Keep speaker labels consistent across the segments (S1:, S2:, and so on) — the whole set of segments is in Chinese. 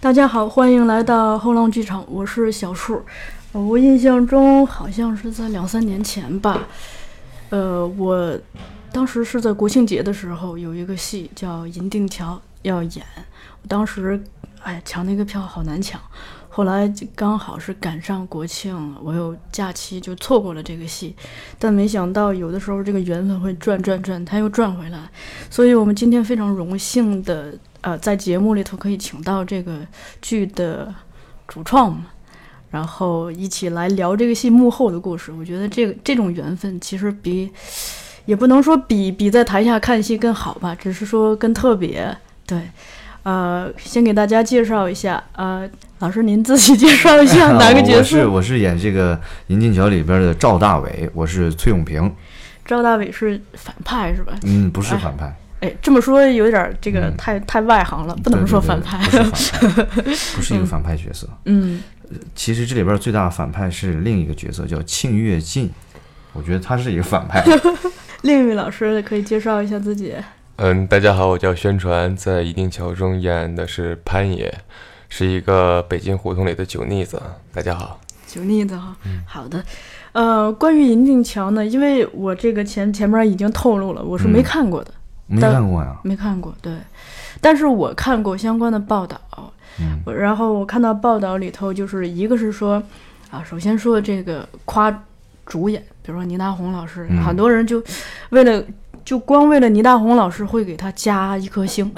S1: 大家好，欢迎来到后浪剧场，我是小树。呃我印象中好像是在两三年前吧，呃，我当时是在国庆节的时候有一个戏叫《银锭桥》要演，我当时哎抢那个票好难抢，后来就刚好是赶上国庆，我有假期就错过了这个戏，但没想到有的时候这个缘分会转转转，它又转回来，所以我们今天非常荣幸的。呃，在节目里头可以请到这个剧的主创嘛，然后一起来聊这个戏幕后的故事。我觉得这个这种缘分其实比也不能说比比在台下看戏更好吧，只是说更特别。对，呃，先给大家介绍一下，呃，老师您自己介绍一 下 哪个角
S2: 呃我是
S1: 色？
S2: 我是演这个《银锭桥》里边的赵大伟，我是崔永平，
S1: 赵大伟是反派是吧？
S2: 嗯，不是反派，
S1: 哎，这么说有点儿这个
S2: 嗯
S1: 太、太外行了，不
S2: 对
S1: 能
S2: 对
S1: 说
S2: 对
S1: 反派。
S2: 不是反派，不是一个反派角色。
S1: 嗯，
S2: 其实这里边最大的反派是另一个角色，叫庆月烬，我觉得他是一个 反派。
S1: 另一位老师可以介绍一下自己。
S3: 嗯，大家好，我叫宣传，在《一定桥》中演的是潘爷，是一个北京胡同里的酒腻子。大家好，
S1: 酒腻子哈。
S2: 嗯
S1: 好的，呃，关于银锭桥呢，因为我这个前前面已经透露了，我是没
S2: 嗯
S1: 看过的，
S2: 没
S1: 但
S2: 看过呀，
S1: 没看过，对。但是我看过相关的报道，
S2: 嗯
S1: 我然后我看到报道里头，就是一个是说，啊，首先说这个夸主演，比如说倪大红老师，
S2: 嗯
S1: 很多人就为了就光为了倪大红老师会给他加一颗星，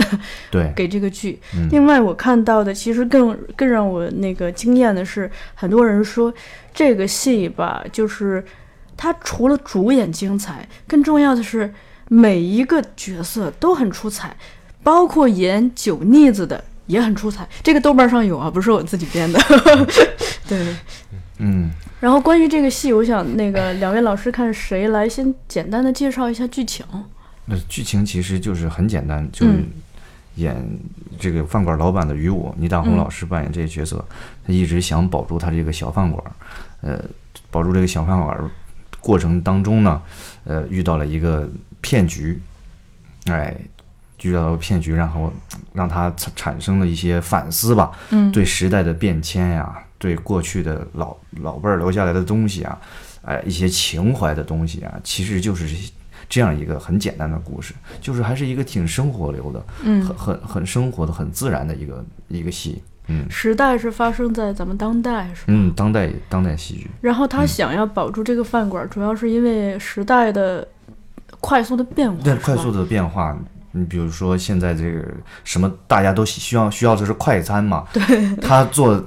S2: 对，
S1: 给这个剧。
S2: 嗯
S1: 另外，我看到的其实更更让我那个惊艳的是，很多人说这个戏吧，就是它除了主演精彩，更重要的是每一个角色都很出彩，包括演酒腻子的也很出彩。这个豆瓣上有啊，不是我自己编的。对。
S2: 嗯，
S1: 然后关于这个戏，我想那个两位老师看谁来先简单的介绍一下剧情。
S2: 那剧情其实就是很简单，就是
S1: 嗯
S2: 演这个饭馆老板的于武，倪大红老师扮演这个角色，他一直想保住他这个小饭馆儿，呃，保住这个小饭馆儿过程当中呢，呃，遇到了一个骗局，哎，遇到了骗局，然后让他产产生了一些反思吧，
S1: 嗯，
S2: 对时代的变迁呀、对过去的老老辈儿留下来的东西啊，哎，一些情怀的东西啊，其实就是这样一个很简单的故事，就是还是一个挺生活流的，
S1: 嗯
S2: 很，很很生活的、很自然的一个一个戏。嗯
S1: 时代是发生在咱们当代，是吧？
S2: 嗯，当代当代戏剧，
S1: 然后他想要保住这个饭馆儿，主要是因为时代的快速的变化，
S2: 对
S1: 是吧
S2: 快速的变化。你比如说，现在这个什么，大家都喜需要需要的是快餐嘛？对，他做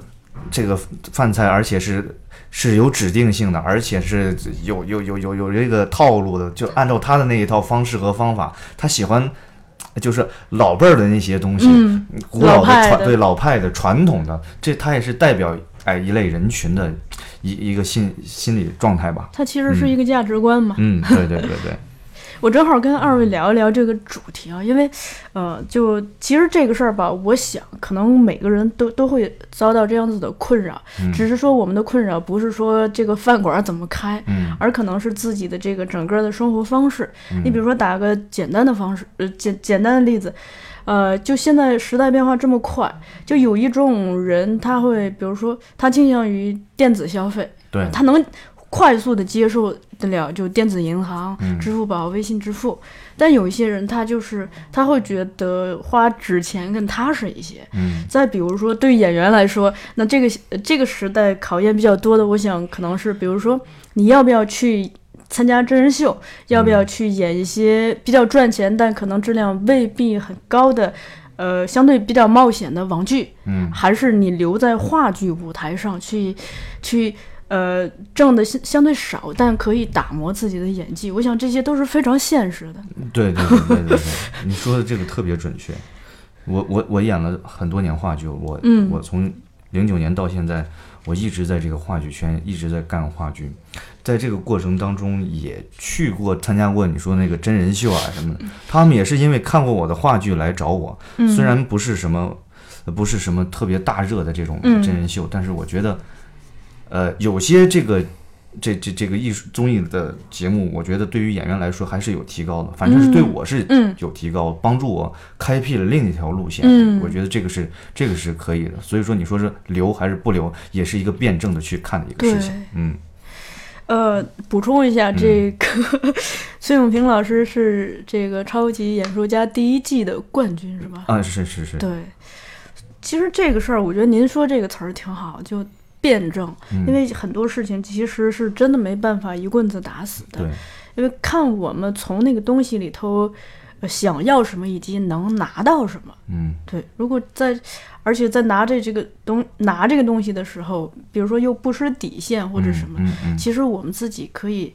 S2: 这个饭菜，而且是是有指定性的，而且是有有有有有这个套路的，就按照他的那一套方式和方法，他喜欢就是老辈儿的那些东西，
S1: 嗯，
S2: 古老
S1: 老派
S2: 传
S1: 的
S2: 对老派的传统的，这他也是代表哎一类人群的一一个心心理状态吧。
S1: 它其实是一个价值观嘛。
S2: 嗯，对对对对，
S1: 我正好跟二位聊一聊这个主题啊，因为，呃，就其实这个事儿吧，我想可能每个人都都会遭到这样子的困扰，
S2: 嗯
S1: 只是说我们的困扰不是说这个饭馆儿怎么开，
S2: 嗯
S1: 而可能是自己的这个整个的生活方式。你比如说打个简单的方式，呃，简简单的例子，呃，就现在时代变化这么快，就有一种人他会，比如说他倾向于电子消费，
S2: 对，
S1: 他能快速的接受得了就电子银行、
S2: 嗯
S1: 支付宝、微信支付，但有一些人他就是他会觉得花纸钱更踏实一些，
S2: 嗯
S1: 再比如说，对演员来说，那这个呃这个时代考验比较多的，我想可能是，比如说你要不要去参加真人秀，要不要去演一些比较赚钱但可能质量未必很高的，呃，相对比较冒险的网剧，
S2: 嗯。
S1: 还是你留在话剧舞台上去去。呃，挣的相相对少，但可以打磨自己的演技。我想这些都是非常现实的。
S2: 对对对对对对，你说的这个特别准确。我我我演了很多年话剧，我、
S1: 嗯
S2: 我从零九年到现在，我一直在这个话剧圈，一直在干话剧，在这个过程当中也去过参加过你说那个真人秀啊什么的，他们也是因为看过我的话剧来找我，
S1: 嗯
S2: 虽然不是什么呃不是什么特别大热的这种
S1: 嗯
S2: 真人秀，但是我觉得，呃，有些这个。这这这个艺术综艺的节目，我觉得对于演员来说还是有提高的，反正是对我是
S1: 嗯
S2: 有提高，帮助我开辟了另一条路线。
S1: 嗯
S2: 我觉得这个是这个是可以的。所以说，你说是留还是不留，也是一个辩证的去看的一个事情
S1: 对。
S2: 嗯，
S1: 呃，补充一下，这个、 孙永平老师是这个《超级演说家》第一季的冠军，是吧？
S2: 啊，是是是，
S1: 对。其实这个事儿，我觉得您说这个词儿挺好，就辩证，
S2: 嗯
S1: 因为很多事情其实是真的没办法一棍子打死的。
S2: 对，
S1: 因为看我们从那个东西里头、呃想要什么以及能拿到什么。
S2: 嗯
S1: 对，如果在，而且在拿着这个东拿这个东西的时候，比如说又不失底线或者什么，
S2: 嗯嗯，
S1: 其实我们自己可以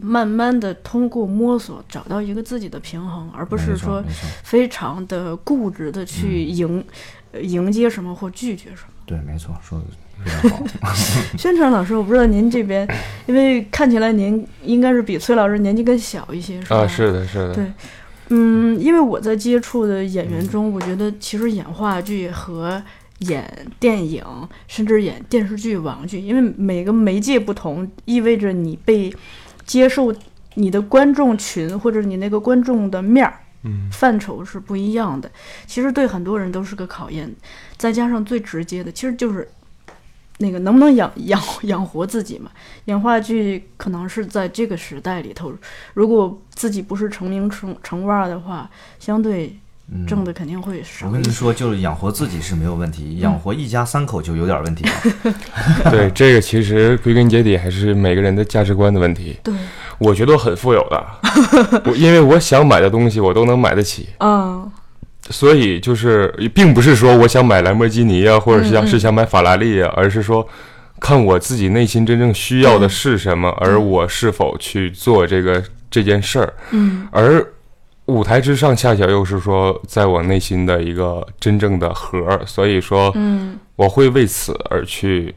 S1: 慢慢的通过摸索找到一个自己的平衡，而不
S2: 没
S1: 是
S2: 错
S1: 说
S2: 嗯没错
S1: 非常的固执的去迎、呃迎接什么或拒绝什么。
S2: 对，没错，说的 非常好。嗯
S1: 宣传老师，我不知道您这边，因为看起来您应该是比崔老师年纪更小一些，是吧？
S3: 啊，是的，是的
S1: 对，嗯，因为我在接触的演员中，我觉得其实演话剧和演电影，甚至演电视剧、网剧，因为每个媒介不同，意味着你被接受你的观众群或者你那个观众的面儿。范畴是不一样的，其实对很多人都是个考验，再加上最直接的，其实就是那个能不能养养养活自己嘛。演话剧可能是在这个时代里头，如果自己不是成名成成腕儿的话，相对
S2: 嗯
S1: 挣的肯定会
S2: 我
S1: 少
S2: 跟
S1: 一
S2: 你
S1: 些。
S2: 说，就是养活自己是没有问题，养活一家三口就有点问题了。
S3: 对，这个其实归根结底还是每个人的价值观的问题。
S1: 对，
S3: 我觉得我很富有 的，我因为我想买的东西我都能买得起，
S1: 嗯，
S3: 所以就是并不是说我想买兰博基尼呀、或者是想、
S1: 嗯嗯
S3: 是想买法拉利呀、而是说看我自己内心真正需要
S1: 嗯
S3: 的是什么，而我是否去做这个这件事儿。
S1: 嗯，
S3: 而舞台之上恰巧又是说在我内心的一个真正的核儿，所以说，
S1: 嗯，
S3: 我会为此而去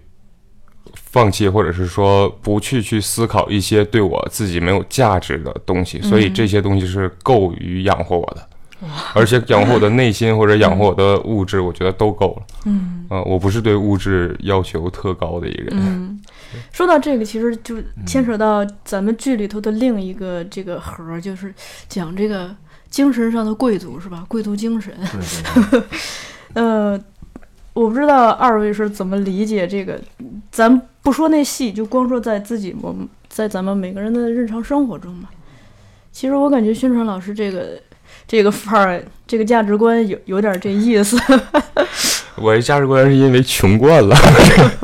S3: 放弃，或者是说不去去思考一些对我自己没有价值的东西，所以这些东西是够于养活我的。而且养活我的内心或者养活我的物质，我觉得都够了。嗯，呃，我不是对物质要求特高的一个人。
S1: 嗯说到这个，其实就
S2: 嗯
S1: 牵扯到咱们剧里头的另一个这个核儿，就是讲这个精神上的贵族是吧？贵族精神。
S2: 对对对，
S1: 呃，我不知道二位是怎么理解这个，咱不说那戏，就光说在自己我们在咱们每个人的日常生活中嘛。其实我感觉宣传老师这个这个范儿，这个价值观有有点这意思。
S3: 我的价值观是因为穷惯了，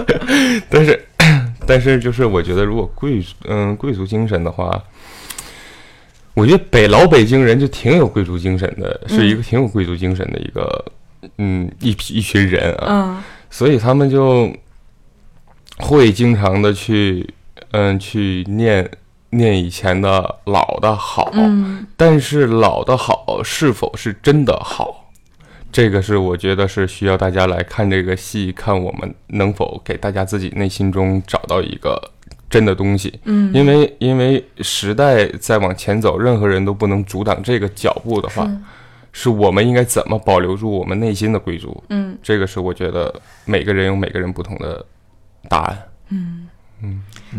S3: 但是 但是就是我觉得，如果贵族嗯贵族精神的话，我觉得北老北京人就挺有贵族精神的，是一个挺有贵族精神的一个嗯一批一群人啊，
S1: 嗯
S3: 所以他们就会经常的去嗯去念念以前的老的好，
S1: 嗯
S3: 但是老的好是否是真的好，这个是我觉得是需要大家来看这个戏，看我们能否给大家自己内心中找到一个真的东西。
S1: 嗯，
S3: 因为因为时代在往前走，任何人都不能阻挡这个脚步的话，是我们应该怎么保留住我们内心的归属？
S1: 嗯，
S3: 这个是我觉得每个人有每个人不同的答案。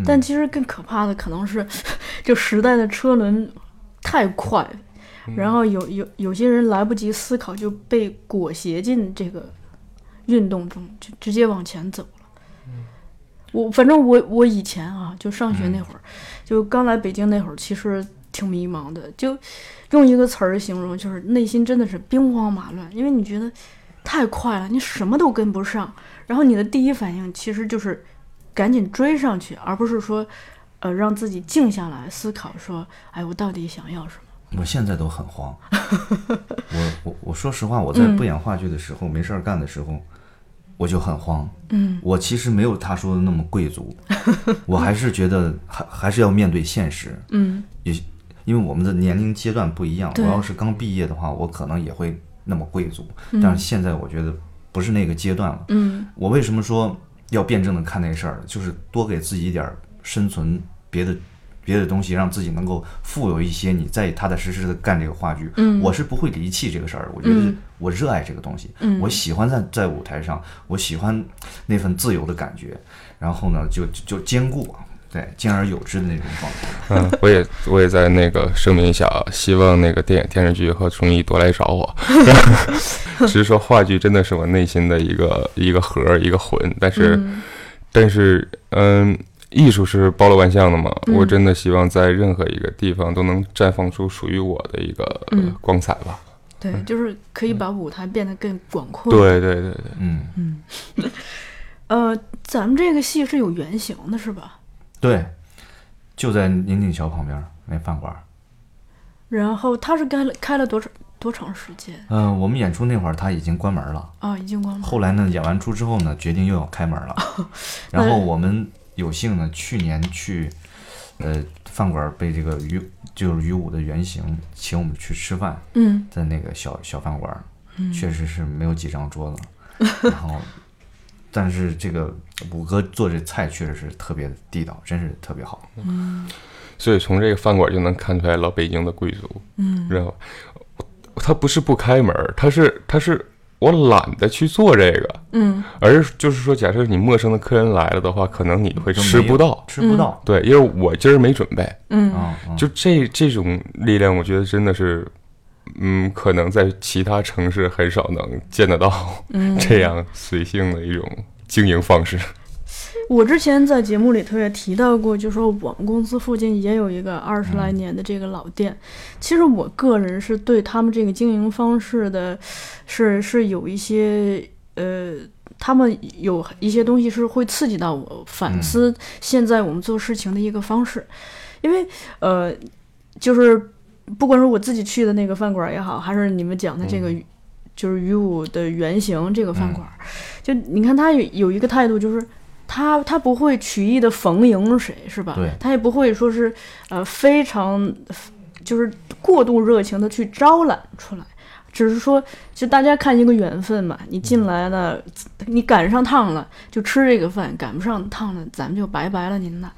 S1: 但其实更可怕的可能是， 就时代的车轮太快，然后有有有些人来不及思考就被裹挟进这个运动中，就直接往前走了。我反正我我以前啊，就上学那会儿，就刚来北京那会儿，其实挺迷茫的，就用一个词儿形容，就是内心真的是兵荒马乱，因为你觉得太快了，你什么都跟不上，然后你的第一反应其实就是赶紧追上去，而不是说，呃，让自己静下来思考，说，哎，我到底想要什么？
S2: 我现在都很慌。我我我说实话，我在
S1: 嗯
S2: 不演话剧的时候，没事儿干的时候，我就很慌。
S1: 嗯，
S2: 我其实没有他说的那么贵族，我还是觉得还还是要面对现实。
S1: 嗯
S2: 也因为我们的年龄阶段不一样，我
S1: 对
S2: 要是刚毕业的话，我可能也会那么贵族，但是现在我觉得不是那个阶段了。
S1: 嗯
S2: 我为什么说要辩证的看那事儿？就是多给自己一点儿生存别的别的东西，让自己能够富有一些，你再踏踏实实的干这个话剧。
S1: 嗯
S2: 我是不会离弃这个事儿，我觉得是我热爱这个东西，
S1: 嗯
S2: 我喜欢在在舞台上，我喜欢那份自由的感觉，然后呢，就就就兼顾。对，兼而有之的那种状态。
S3: 嗯， 我也我也在那个声明一下啊，希望那个电影、电视剧和综艺多来找我。 只是说话剧真的是我内心的一个一个核儿一个魂，但是、
S1: 嗯
S3: 但是嗯，艺术是包罗万象的嘛，
S1: 嗯
S3: 我真的希望在任何一个地方都能绽放出属于我的一个、呃
S1: 嗯
S3: 光彩吧。
S1: 对，就是可以把舞台变得更广阔。，
S3: 对对对对，
S2: 嗯，
S1: 呃，咱们这个戏是有原型的，是吧？
S2: 对，就在宁静桥旁边儿那饭馆儿。
S1: 然后它是开了开了多长多长时间
S2: 嗯、我们演出那会儿他已经关门了。
S1: 啊？已经关了。
S2: 后来呢，演完出之后呢，决定又要开门 了。然
S1: 哎
S2: 后我们有幸呢，去年去，呃，饭馆被这个于就是于武的原型请我们去吃饭，
S1: 嗯
S2: 在那个小小饭馆，
S1: 嗯，
S2: 确实是没有几张 桌子，然后，但是这个五哥做这菜确实是特别地道，真是特别好。
S3: 所以从这个饭馆就能看出来老北京的贵族，
S1: 嗯
S3: 知道吧？他不是不开门，他是他是我懒得去做这个。
S1: 嗯
S3: 而就是说，假设你陌生的客人来了的话，可能你会
S2: 就没
S3: 吃
S2: 有
S3: 不到。
S2: 吃不到
S3: 对，因为我今儿没准备，
S1: 嗯
S2: 啊、嗯
S3: 就这这种力量，我觉得真的是，嗯，可能在其他城市很少能见得到
S1: 嗯，
S3: 这样随性的一种经营方式。
S1: 我之前在节目里头也提到过，就说我们公司附近也有一个二十来年的这个老店。其实我个人是对他们这个经营方式的，是是有一些呃，他们有一些东西是会刺激到我反思现在我们做事情的一个方式，因为呃，就是不管是我自己去的那个饭馆也好，还是你们讲的这个。就是于武的原型这个饭馆，就你看他有有一个态度，就是他他不会曲意的逢迎谁，是吧？
S2: 对
S1: 他也不会说是呃非常就是过度热情的去招揽出来，只是说就大家看一个缘分嘛，你进来了，你赶上趟了就吃这个饭，赶不上趟了咱们就拜拜了您呐。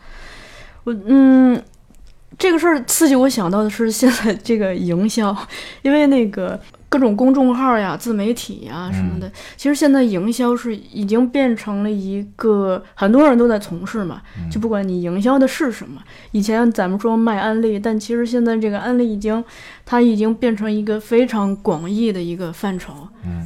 S1: 我嗯，这个事儿刺激我想到的是现在这个营销，因为那个各种公众号呀、自媒体呀什么的，其实现在营销是已经变成了一个很多人都在从事嘛，就不管你营销的是什么，以前咱们说卖安利，但其实现在这个安利已经它已经变成一个非常广义的一个范畴，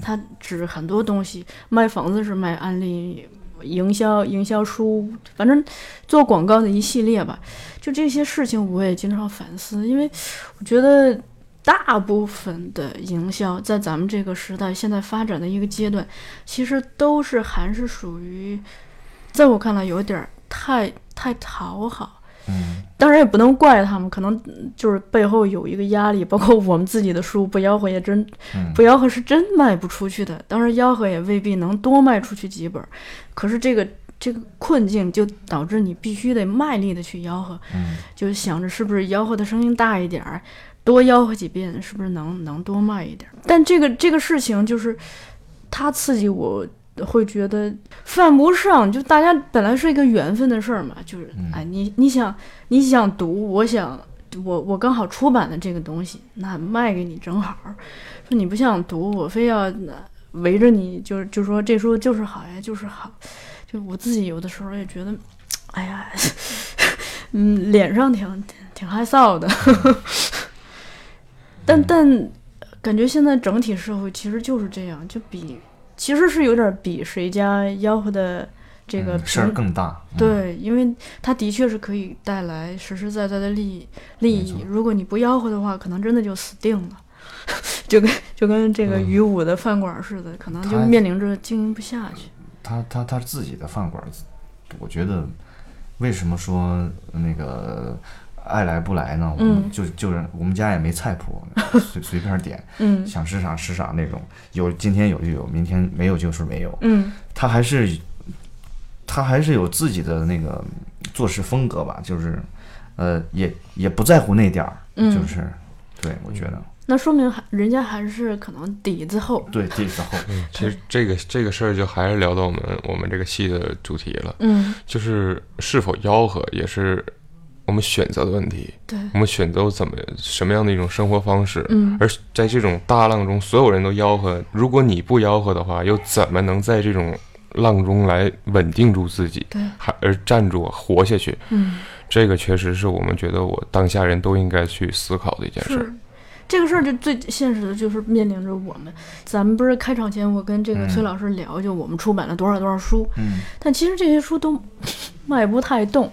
S1: 它指很多东西，卖房子是卖安利。营销、营销书，反正做广告的一系列吧，就这些事情我也经常反思，因为我觉得大部分的营销在咱们这个时代现在发展的一个阶段，其实都是还是属于，在我看来有点儿太太讨好。
S2: 嗯，
S1: 当然也不能怪他们，可能嗯就是背后有一个压力，包括我们自己的书不吆喝也真，
S2: 嗯
S1: 不吆喝是真卖不出去的。当然吆喝也未必能多卖出去几本儿，可是这个这个困境就导致你必须得卖力的去吆喝，
S2: 嗯
S1: 就想着是不是吆喝的声音大一点儿，多吆喝几遍，是不是能能多卖一点儿？但这个这个事情就是，它刺激我会觉得犯不上，就大家本来是一个缘分的事儿嘛，就是哎，你你想你想读，我想我我刚好出版了这个东西，那卖给你正好儿。说你不想读，我非要呃围着你，就就说这书就是好呀，就是好。就我自己有的时候也觉得，哎呀， 嗯，脸上挺挺害臊的， 但
S2: 嗯
S1: 但感觉现在整体社会其实就是这样，就比其实是有点比谁家吆喝的这个
S2: 嗯事儿
S1: 频
S2: 更大。嗯，
S1: 对，因为它的确是可以带来实实在在的利益利
S2: 错
S1: 益。如果你不吆喝的话，可能真的就死定了， 就跟就跟这个于武的饭馆似的，可能就
S2: 嗯他
S1: 面临着经营不下去。
S2: 他他他自己的饭馆儿，我觉得为什么说那个爱来不来呢？我们
S1: 嗯
S2: 就就是我们家也没菜谱，随随便点，
S1: 嗯
S2: 想吃啥吃啥那种。有今天有就有，明天没有就是没有。
S1: 嗯
S2: 他还是他还是有自己的那个做事风格吧，就是呃也也不在乎那点儿，
S1: 嗯
S2: 就是对我觉得
S1: 那说明还人家还是可能底子厚。
S2: 对，这时候
S3: 其实这个这个事儿就还是聊到我们我们这个戏的主题了，
S1: 嗯，
S3: 就是是否吆喝也是我们选择的问题，
S1: 对，
S3: 我们选择怎么什么样的一种生活方式。
S1: 嗯
S3: 而在这种大浪中，所有人都吆喝，如果你不吆喝的话，又怎么能在这种浪中来稳定住自己，
S1: 对，
S3: 还而站住活下去？
S1: 嗯，
S3: 这个确实是我们觉得我当下人都应该去思考的一件事儿。
S1: 是。这个事儿就最现实的就是面临着我们，咱们不是开场前我跟这个崔
S2: 嗯
S1: 老师聊，就我们出版了多少多少书，
S2: 嗯
S1: 但其实这些书都 卖不太动。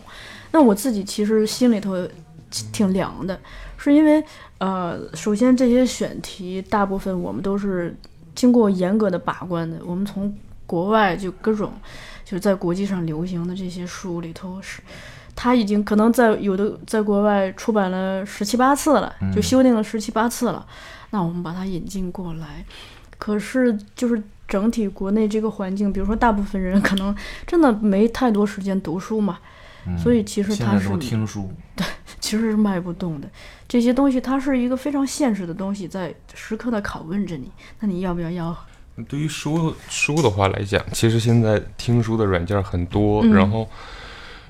S1: 那我自己其实心里头挺凉的，是因为呃，首先这些选题大部分我们都是经过严格的把关的，我们从国外就各种就是在国际上流行的这些书里头是。他已经可能在有的在国外出版了十七八次了，
S2: 嗯
S1: 就修订了十七八次了。那我们把它引进过来，可是就是整体国内这个环境，比如说大部分人可能真的没太多时间读书嘛，
S2: 嗯，
S1: 所以其实
S2: 现
S1: 它
S2: 在
S1: 是
S2: 都听书，
S1: 其实是卖不动的。这些东西它是一个非常现实的东西，在时刻的拷问着你，那你要不要要？
S3: 对于书书的话来讲，其实现在听书的软件很多，
S1: 嗯
S3: 然后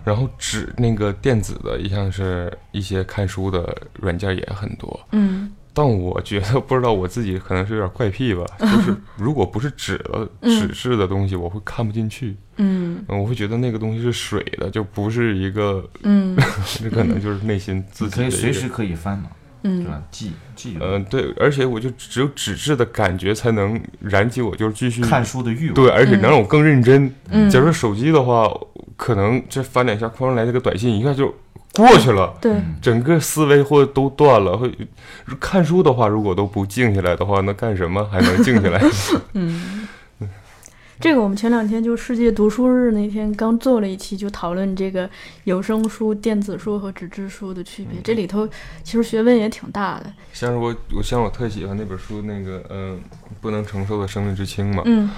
S3: 然后纸那个电子的，像是一些看书的软件也很多。
S1: 嗯
S3: 但我觉得不知道我自己可能是有点怪癖吧， 就是如果不是纸的
S1: 嗯
S3: 纸质的东西，我会看不进去，
S1: 嗯
S3: 我会觉得那个东西是水的，就不是一个，
S1: 嗯
S3: 这可能就是内心自己
S2: 可
S3: 的
S2: 以
S3: 一个
S2: 随时可以翻嘛，对
S1: 嗯，
S2: 吧？记记住
S3: 呃，对，而且我就只有纸质的感觉才能燃起我就是继续
S2: 看书的欲望。
S3: 嗯对，，而且能让我更认真。
S1: 嗯
S3: 假如说手机的话，可能这翻两下哐来这个短信，一下就过去了。
S1: 对，
S3: 整个思维或都断了，会看书的话，如果都不静下来的话，那干什么还能静下来？
S1: 嗯。这个我们前两天就世界读书日那天刚做了一期，就讨论这个有声书、电子书和纸质书的区别。这里头其实学问也挺大的。
S3: 像是我，我像我特喜欢那本书，那个嗯、不能承受的生命之轻嘛，
S1: 嗯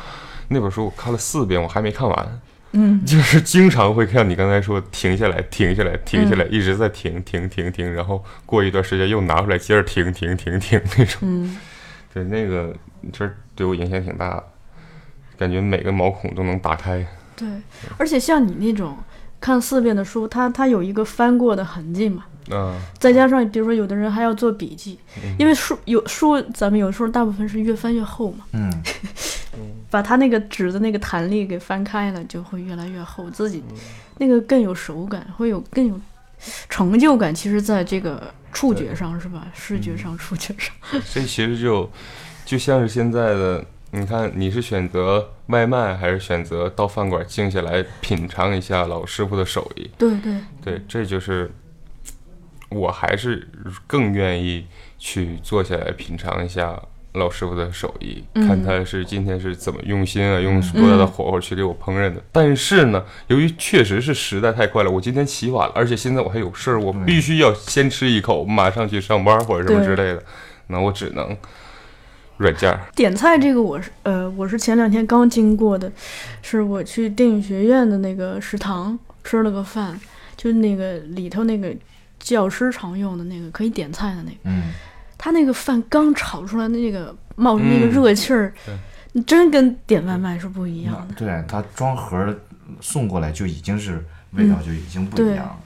S3: 那本书我看了四遍，我还没看完，
S1: 嗯
S3: 就是经常会像你刚才说，停下来，停下来，停下来，
S1: 嗯
S3: 一直在停停停停，然后过一段时间又拿出来，接着停停停停那种。
S1: 嗯，
S3: 对，那个这对我影响挺大的，感觉每个毛孔都能打开。
S1: 对。而且像你那种看四遍的书，它它有一个翻过的痕迹嘛。
S3: 嗯、
S1: 再加上，比如说有的人还要做笔记，因为书有书，咱们有时候大部分是越翻越厚嘛，
S2: 嗯，
S1: 把它那个纸的那个弹力给翻开了，就会越来越厚，自己那个更有手感，会有更有成就感。其实，在这个触觉上是吧？视觉上、触觉上，
S3: 这其实就就像是现在的，你看你是选择外卖，还是选择到饭馆静下来品尝一下老师傅的手艺？
S1: 对对，
S3: 对，这就是我还是更愿意去坐下来品尝一下老师傅的手艺，
S1: 嗯
S3: 看他是今天是怎么用心啊，用多大的火候去给我烹饪的。但是呢，由于确实是时代太快了，我今天起晚了，而且现在我还有事儿，我必须要先吃一口，马上去上班或者什么之
S1: 对
S3: 类的，那我只能软件儿。
S1: 点菜这个我是呃，我是前两天刚经过的，是我去电影学院的那个食堂吃了个饭，就那个里头那个教师常用的那个可以点菜的那个，
S2: 嗯，
S1: 他那个饭刚炒出来的那个冒着那个
S3: 嗯
S1: 热气儿，
S3: 对嗯
S1: 你真跟点外卖是不一样的。
S2: 对，它装盒儿送过来就已经是味
S1: 嗯
S2: 道就已经不一样了。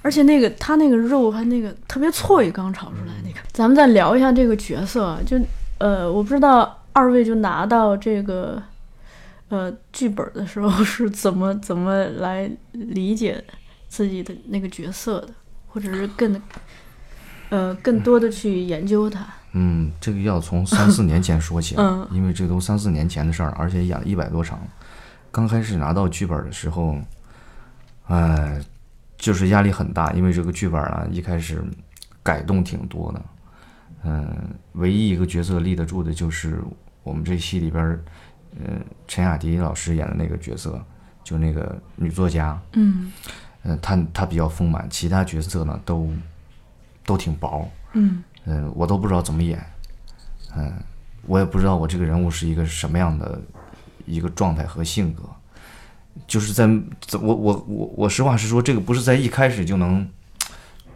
S1: 而且那个他那个肉还那个特别脆，刚炒出来那个。咱们再聊一下这个角色啊，就呃，我不知道二位就拿到这个呃剧本的时候是怎么 怎么来理解自己的那个角色的，或者是更呃更多的去研究它。
S2: 嗯，这个要从三四年前说起了，
S1: 嗯
S2: 因为这都三四年前的事儿，而且演了一百多场了。刚开始拿到剧本的时候，哎，就是压力很大，因为这个剧本啊，一开始改动挺多的。嗯、唯一一个角色立得住的就是我们这戏里边儿，呃，陈雅迪老师演的那个角色，就那个女作家，
S1: 嗯
S2: 嗯、她她比较丰满，其他角色呢都都挺薄。
S1: 嗯
S2: 嗯，我都不知道怎么演，嗯，我也不知道我这个人物是一个什么样的一个状态和性格，就是在在我我我我实话实说，这个不是在一开始就能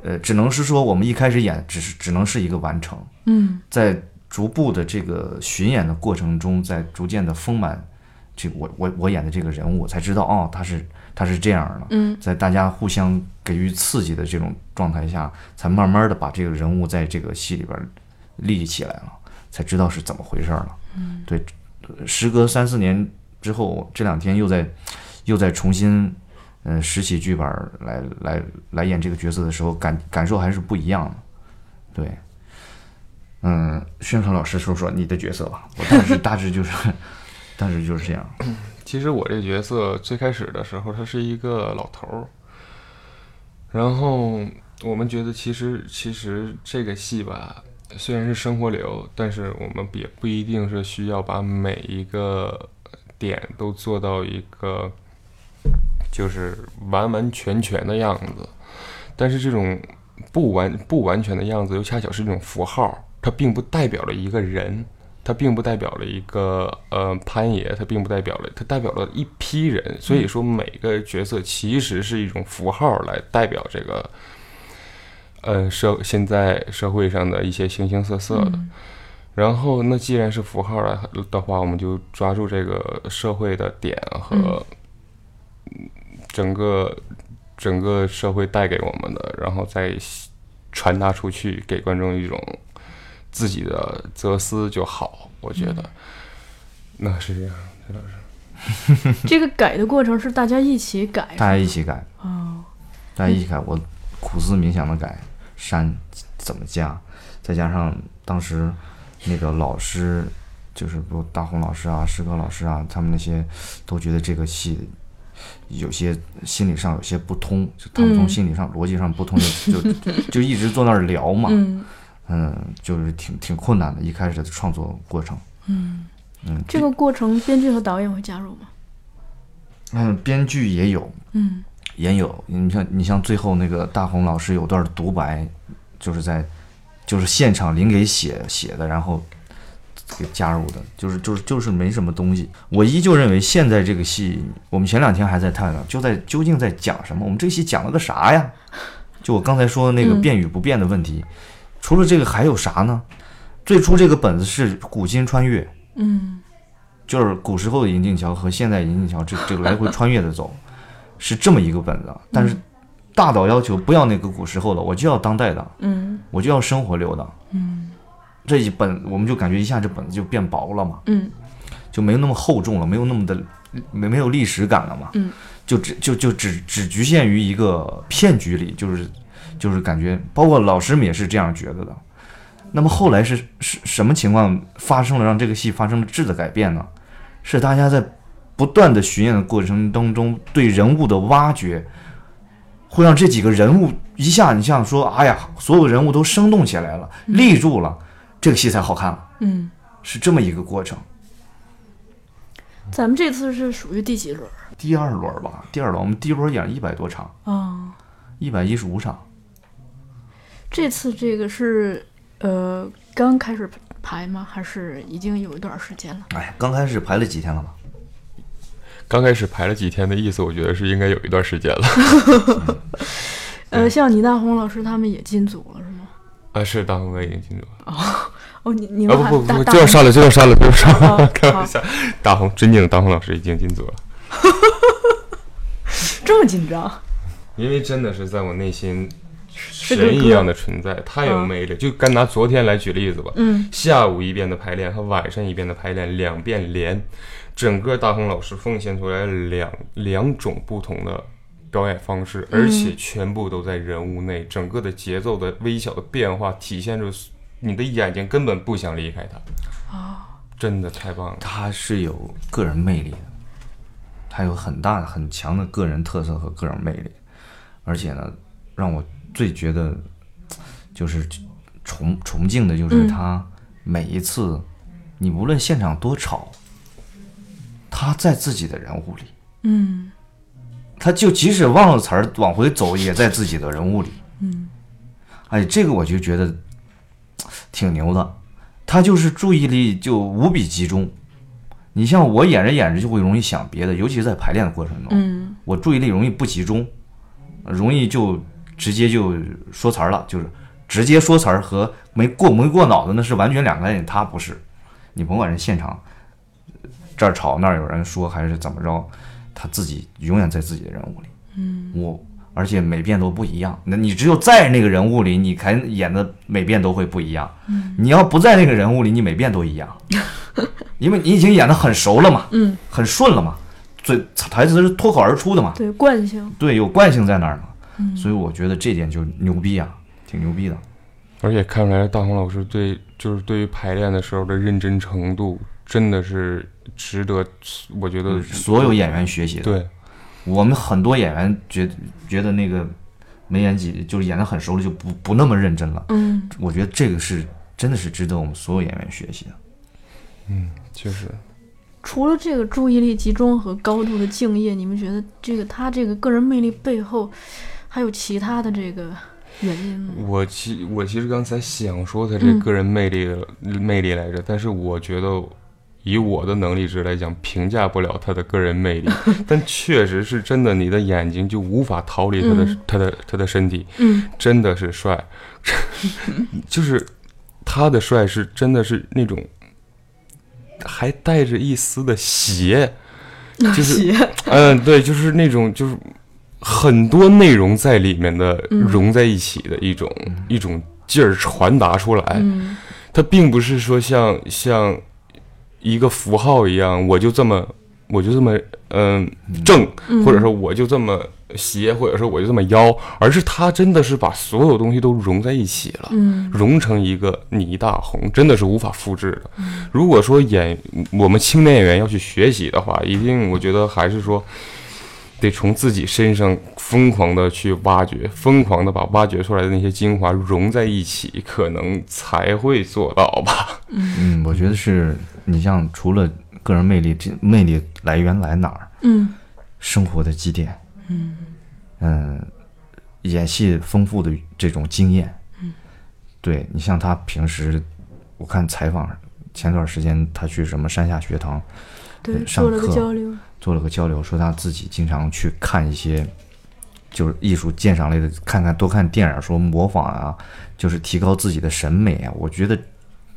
S2: 呃，只能是说我们一开始演，只是只能是一个完成，
S1: 嗯
S2: 在逐步的这个巡演的过程中，在逐渐的丰满这个我我我演的这个人物，我才知道哦，他是他是这样的。
S1: 嗯
S2: 在大家互相给予刺激的这种状态下，才慢慢的把这个人物在这个戏里边立起起来了，才知道是怎么回事儿了。嗯，对，时隔三四年之后，这两天又在又在重新嗯、呃拾起剧本儿来来来演这个角色的时候，感感受还是不一样的。对，嗯，宣传老师说说你的角色吧，我当时大致就是。 当时就是这样，
S3: 其实我这角色最开始的时候，他是一个老头儿，然后我们觉得其实其实这个戏吧，虽然是生活流，但是我们也不一定是需要把每一个点都做到一个就是完完全全的样子，但是这种不完不完全的样子又恰巧是一种符号，它并不代表了一个人。它并不代表了一个呃潘爷，它并不代表了，它代表了一批人。所以说，每个角色其实是一种符号来代表这个，呃社现在社会上的一些形形色色的。然后，那既然是符号来的话，我们就抓住这个社会的点和整个、整个社会带给我们的，然后再传达出去，给观众一种自己的哲思就好。我觉得、那是这样，这倒是
S1: 这个改的过程是大家一起改
S2: 大家一起改，
S1: 哦，
S2: 大家一起改，我苦思冥想的改删怎么加，再加上当时那个老师，就是不大红老师啊、石科老师啊，他们那些都觉得这个戏有些心理上有些不通，就他们从
S1: 嗯
S2: 心理上、逻辑上不通就， 就就就一直坐那儿聊嘛，
S1: 嗯
S2: 嗯，就是挺挺困难的，一开始的创作过程，
S1: 嗯，
S2: 嗯，
S1: 这个过程编剧和导演会加入吗？
S2: 嗯，编剧也有，
S1: 嗯
S2: 也有，你像你像最后那个大红老师有段独白，就是在就是现场临给写写的，然后给加入的，就是就是就是没什么东西。我依旧认为现在这个戏，我们前两天还在探讨，就在究竟在讲什么？我们这戏讲了个啥呀？就我刚才说的那个
S1: 嗯
S2: 变与不变的问题，除了这个还有啥呢？最初这个本子是古今穿越，
S1: 嗯
S2: 就是古时候的银锭桥和现代银锭桥这这个来回穿越的走，是这么一个本子。但是大导要求不要那个古时候的，我就要当代的，
S1: 嗯
S2: 我就要生活流的。
S1: 嗯
S2: 这一本我们就感觉一下这本子就变薄了嘛，
S1: 嗯
S2: 就没有那么厚重了，没有那么的没没有历史感了嘛。
S1: 嗯，
S2: 就只就就只只局限于一个骗局里，就是就是感觉，包括老师们也是这样觉得的。那么后来是是什么情况发生了，让这个戏发生了质的改变呢？是大家在不断的巡演的过程当中，对人物的挖掘，会让这几个人物一下，你像说，哎呀，所有人物都生动起来了，立住了，这个戏才好看了，
S1: 嗯，
S2: 是这么一个过程。
S1: 咱们这次是属于第几轮？
S2: 第二轮吧，第二轮我们第一轮演了一百多场，
S1: 啊，
S2: 一百一十五场。
S1: 这次这个是呃刚开始排吗？还是已经有一段时间了？
S2: 哎，刚开始排了几天了吧？
S3: 刚开始排了几天的意思，我觉得是应该有一段时间了。
S1: 呃，像倪大红老师他们也进组了是吗？
S3: 啊，是大红哥已经进入了
S1: 哦，你你
S3: 啊，
S1: 们还
S3: 不不
S1: 大
S3: 不，
S1: 大
S3: 就要
S1: 红
S3: 删了，就要删了，就要删了，
S1: 哦
S3: 开玩
S1: 好
S3: 笑。大红，尊敬的大红老师已经进组了。
S1: 这么紧张？
S3: 因为真的是在我内心
S1: 个
S3: 神一样的存在，太有魅力。就干拿昨天来举例子吧，
S1: 嗯，
S3: 下午一遍的排练和晚上一遍的排练两遍连，整个大红老师奉献出来两两种不同的表演方式，
S1: 嗯
S3: 而且全部都在人物内，整个的节奏的微小的变化体现出你的眼睛根本不想离开它。
S1: 哦
S3: 真的太棒了。
S2: 他是有个人魅力的，他有很大很强的个人特色和个人魅力，而且呢，让我最觉得就是崇崇敬的就是
S1: 嗯
S2: 他每一次，你无论现场多吵，他在自己的人物里，
S1: 嗯
S2: 他就即使忘了词儿往回走，也在自己的人物里。嗯，哎，这个我就觉得挺牛的，他就是注意力就无比集中。你像我演着演着就会容易想别的，尤其是在排练的过程中，
S1: 嗯
S2: 我注意力容易不集中，容易就直接就说词儿了，就是直接说词儿和没过没过脑子那是完全两个概念。他不是，你甭管人现场这儿吵那儿有人说还是怎么着，他自己永远在自己的人物里。嗯，我而且每遍都不一样。那你只有在那个人物里，你才演的每遍都会不一样。嗯，你要不在那个人物里，你每遍都一 样，因为你已经演的很熟了嘛，
S1: 嗯，
S2: 很顺了嘛，嘴台词是脱口而出的嘛，
S1: 对惯性，
S2: 对，有惯性在那儿嘛。所以我觉得这点就牛逼啊，挺牛逼的。
S3: 而且看出来大红老师对就是对于排练的时候的认真程度，真的是值得，我觉得
S2: 嗯所有演员学习的，
S3: 对
S2: 我们很多演员觉觉得那个没演几，就是演的很熟了，就不不那么认真了。
S1: 嗯，
S2: 我觉得这个是真的是值得我们所有演员学习的。
S3: 确实。
S1: 除了这个注意力集中和高度的敬业，你们觉得这个他这个个人魅力背后还有其他的这个原因吗？
S3: 我其我其实刚才想说他这
S1: 嗯
S3: 个人魅力、魅力来着，但是我觉得以我的能力值来讲，评价不了他的个人 魅力，但确实是真的，你的眼睛就无法逃离他的、
S1: 嗯
S3: 他的他的身体，
S1: 嗯
S3: 真的 是帅，就是他的帅是真的是那种还带着一丝 的邪，就是嗯，对，就是那种就是很多内容在里面的
S1: 嗯
S3: 融在一起的一种、一种劲儿传达出来，
S1: 嗯
S3: 它并不是说像像一个符号一样，我就这么我就这么嗯、正，或者说我就这么邪，或者说我就这么妖，而是它真的是把所有东西都融在一起了。
S1: 嗯
S3: 融成一个倪大红，真的是无法复制的。如果说演我们青年演员要去学习的话，一定我觉得还是说得从自己身上疯狂的去挖掘，疯狂的把挖掘出来的那些精华融在一起，可能才会做到吧。
S2: 嗯，我觉得是你像除了个人魅力，这魅力来源来哪儿？
S1: 嗯
S2: 生活的积淀，嗯演戏丰富的这种经验，对你像他平时，我看采访前段时间他去什么山下学堂
S1: 对，
S2: 上
S1: 做了个
S2: 课
S1: 交流，
S2: 做了个交流，说他自己经常去看一些就是艺术鉴赏类的，看看多看电影，说模仿啊，就是提高自己的审美啊。我觉得，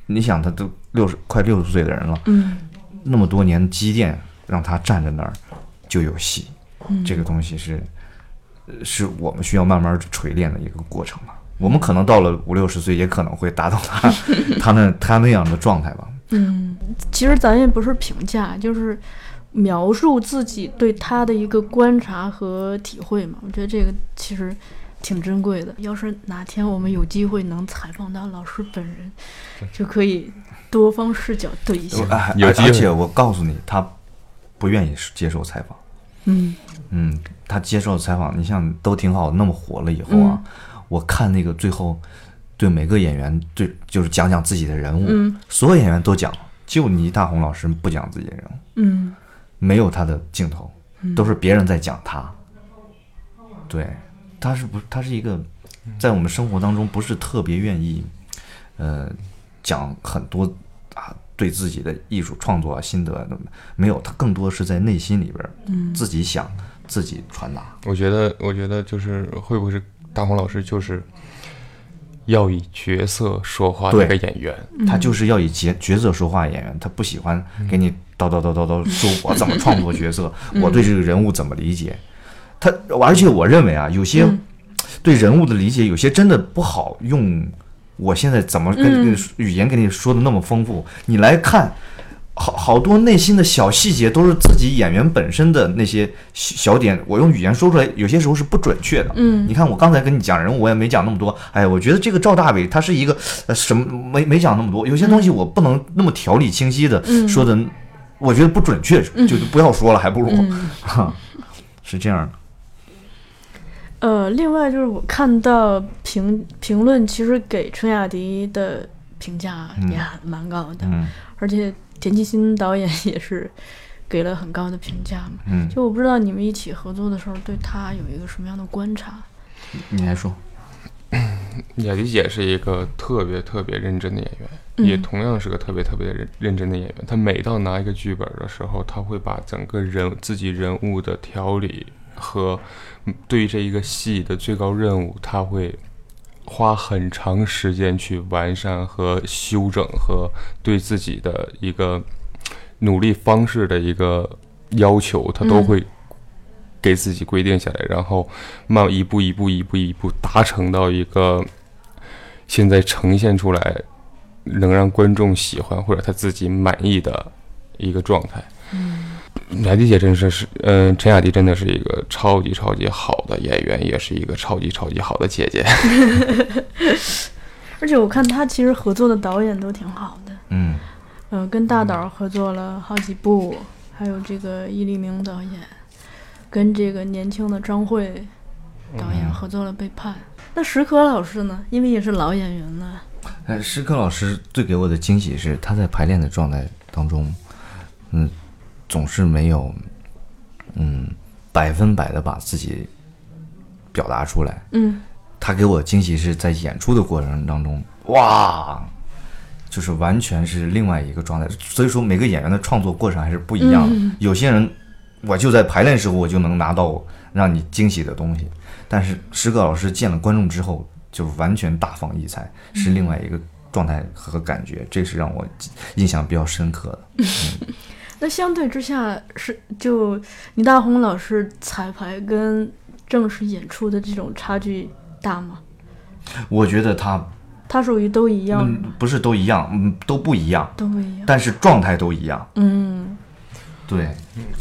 S2: 你想他都六十快六十岁的人了，
S1: 嗯
S2: 那么多年积淀，让他站在那儿就有戏。
S1: 嗯
S2: 这个东西是，呃是我们需要慢慢锤炼的一个过程吧。我们可能到了五六十岁，也可能会达到他 他那他那样的状态吧。
S1: 嗯，其实咱也不是评价，就是描述自己对他的一个观察和体会嘛。我觉得这个其实挺珍贵的。要是哪天我们有机会能采访到老师本人，就可以多方视角对一下。
S2: 哎
S3: 有
S2: 而
S3: 机会
S2: 而且我告诉你，他不愿意接受采访。
S1: 嗯
S2: 嗯，他接受采访，你像都挺好，那么火了以后啊，
S1: 嗯
S2: 我看那个最后对每个演员对就是讲讲自己的人物，
S1: 嗯
S2: 所有演员都讲，就倪大红老师不讲自己的人物，
S1: 嗯
S2: 没有他的镜头，都是别人在讲他。对，他是不，他是一个在我们生活当中不是特别愿意，呃，讲很多啊对自己的艺术创作啊心得啊等等没有，他更多是在内心里边儿自己想、自己传达。
S3: 我觉得，我觉得就是会不会是大红老师就是要以角色说话的
S2: 对
S3: 一个演员，
S1: 嗯
S2: 他就是要以角角色说话，演员他不喜欢给你叨叨叨叨叨说我怎么创作角色，
S1: 嗯
S2: 我对这个人物怎么理解。他而且我认为啊，有些
S1: 嗯
S2: 对人物的理解，有些真的不好用。我现在怎么跟
S1: 嗯
S2: 跟你说语言跟你说的那么丰富？你来看，好好多内心的小细节都是自己演员本身的那些小小点，我用语言说出来，有些时候是不准确的。
S1: 嗯
S2: 你看我刚才跟你讲人物，我也没讲那么多。哎，我觉得这个赵大伟他是一个呃什么没没讲那么多，有些东西我不能那么条理清晰的、
S1: 嗯
S2: 说的，我觉得不准确，就就不要说了，还不如、
S1: 嗯。
S2: 是这样的。
S1: 呃，另外就是我看到评评论，其实给陈雅迪的评价也蛮高的。
S2: 嗯
S1: 而且田沁鑫导演也是给了很高的评价嘛。
S2: 嗯，
S1: 就我不知道你们一起合作的时候，对他有一个什么样的观察？
S2: 你来说，
S3: 雅迪姐是一个特别特别认真的演员，
S1: 嗯
S3: 也同样是个特别特别认认真的演员。她每到拿一个剧本的时候，她会把整个人自己人物的条理、和嗯对这一个戏的最高任务，他会花很长时间去完善和修整和对自己的一个努力方式的一个要求，他都
S1: 嗯
S3: 会给自己规定下来，然后慢一步一步一步一步达成到一个现在呈现出来能让观众喜欢或者他自己满意的一个状态。莱迪姐真是是，嗯、陈雅迪真的是一个超级超级好的演员，也是一个超级超级好的姐姐。
S1: 而且我看他其实合作的导演都挺好的，
S2: 嗯，
S1: 呃，跟大导合作了好几部，还有这个易立明导演，跟这个年轻的张慧
S2: 嗯
S1: 导演合作了《背叛》。那石可老师呢？因为也是老演员了，
S2: 哎，石可老师最给我的惊喜是，他在排练的状态当中，嗯，总是没有，嗯，百分百的把自己表达出来。
S1: 嗯，
S2: 他给我惊喜是在演出的过程当中，哇，就是完全是另外一个状态。所以说，每个演员的创作过程还是不一样的。有些人，我就在排练时候我就能拿到让你惊喜的东西，但是石可老师见了观众之后，就完全大放异彩，是另外一个状态和感觉，这是让我印象比较深刻的。
S1: 那相对之下是就倪大红老师彩排跟正式演出的这种差距大吗？
S2: 我觉得他
S1: 他属于都一样
S2: 嗯
S1: 吗？
S2: 不是都一样，嗯都不一样，
S1: 都不一样。
S2: 但是状态都一样。
S1: 嗯，
S2: 对，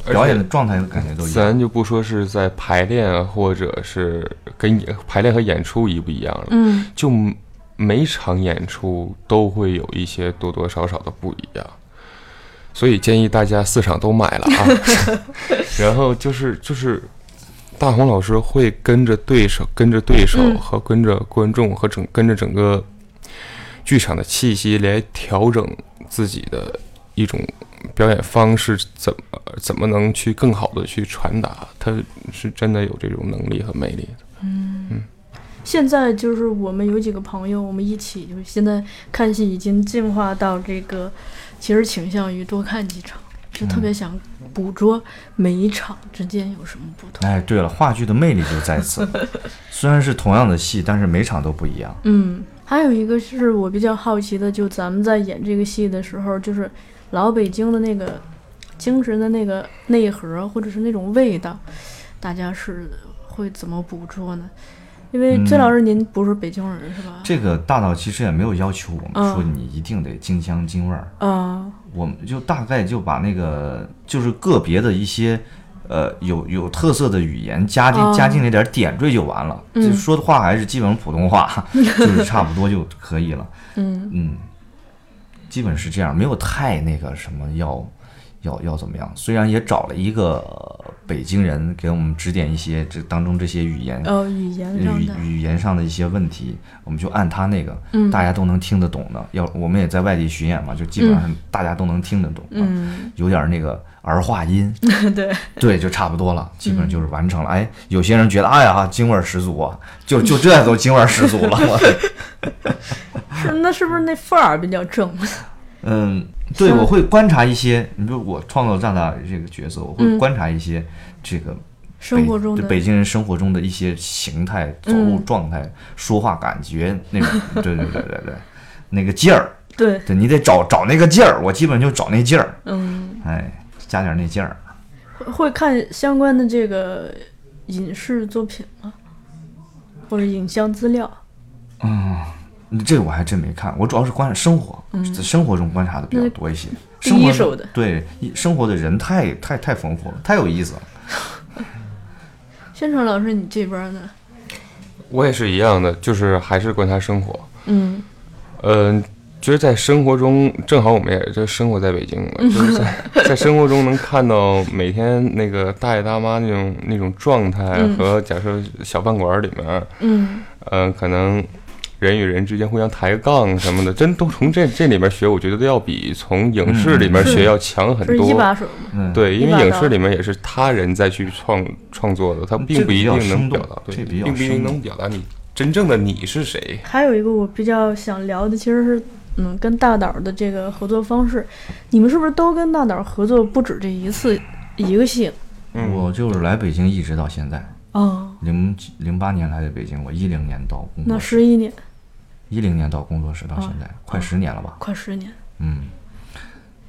S3: 而
S2: 表
S3: 且
S2: 演的状态和感觉 都一样。
S3: 咱就不说是在排练啊或者是跟演排练和演出一不一样了，
S1: 嗯，
S3: 就每场演出都会有一些多多少少的不一样，所以建议大家四场都买了啊。然后就是就是，大红老师会跟着对手、跟着对手
S1: 嗯
S3: 和跟着观众和整跟着整个剧场的气息来调整自己的一种表演方式，怎么怎么能去更好的去传达？他是真的有这种能力和魅力的。
S1: 现在就是我们有几个朋友，我们一起就是现在看戏已经进化到这个，其实倾向于多看几场，就特别想捕捉每一场之间有什么不同。
S2: 哎，对了，话剧的魅力就在 此。虽然是同样的戏，但是每场都不一样。
S1: 嗯，还有一个是我比较好奇的，就咱们在演这个戏的时候，就是老北京的那个精神的那个内核，或者是那种味道，大家是会怎么捕捉呢？因为崔老师您不是北京人是吧？
S2: 这个大导其实也没有要求我们
S1: 嗯
S2: 说你一定得京腔京味儿，
S1: 啊，
S2: 我们就大概就把那个就是个别的一些呃有有特色的语言加进、
S1: 哦
S2: 加进那点儿点缀就完了，
S1: 嗯
S2: 就说的话还是基本上普 通话，就是差不多就可以了。
S1: 嗯
S2: 嗯，基本是这样，没有太那个什么要要要怎么样。虽然也找了一个呃北京人给我们指点一些这当中这些语言。
S1: 呃，语言上
S2: 语
S1: 的，
S2: 语言上的一些问题，我们就按他那个，
S1: 嗯
S2: 大家都能听得懂的。要我们也在外地巡演嘛，就基本上大家都能听得懂。啊，
S1: 嗯，
S2: 有点那个儿化音，
S1: 对， 嗯
S2: 对，就差不多了，基本上就是完成了。哎，有些人觉得，哎呀，京味儿十足啊，就 就这都京味儿十足了。我
S1: 是那是不是那范儿比较正？
S2: 嗯，对，
S1: 像
S2: 我会观察一些，你比如我创造站的这个角色，我会
S1: 嗯
S2: 观察一些这个
S1: 生活中
S2: 北
S1: 的嗯
S2: 北京人生活中的一些形态、走路状态、说话感觉那种，对对对对对，那个劲儿，
S1: 对，
S2: 对你得找找那个劲儿，我基本就找那劲儿，
S1: 嗯，
S2: 哎，加点那劲儿。
S1: 会看相关的这个影视作品吗？或者影像资料？
S2: 这个我还真没看，我主要是观察生活，在生活中观察的比较多一些。
S1: 嗯第
S2: 生活
S1: 一手的
S2: 对一生活的人太太太丰富了，太有意思了。
S1: 宣传老师，你这边呢？
S3: 我也是一样的，就是还是观察生活。
S1: 嗯
S3: 嗯，就是在生活中，正好我们也就生活在北京 嘛，就是在在生活中能看到每天那个大爷大妈那种那种状态，和假设小饭馆里面，
S1: 嗯，
S3: 嗯、可能人与人之间互相抬杠什么的，真都从这这里面学，我觉得要比从影视里面学要强很
S1: 嗯不是
S3: 多。
S1: 一把手吗？
S2: 嗯，，
S3: 对，因
S1: 一把
S3: 为影
S1: 刀
S3: 视里面也是他人再去创创作的，他并不一定能表达，
S2: 这
S3: 对，
S2: 个比较生动这比较
S3: 并不一定
S2: 生动
S3: 能表达你真正的你是谁。
S1: 还有一个我比较想聊的，其实是嗯，跟大导的这个合作方式，你们是不是都跟大导合作不止这一次一个戏？
S2: 我就是来北京一直到现在，
S1: 哦，
S2: 零零八年来的北京，我一零年到
S1: 那
S2: 工
S1: 哦
S2: 作室，
S1: 十一年，
S2: 一零年到工作室到现在，快十年了吧？
S1: 快十年，
S2: 嗯，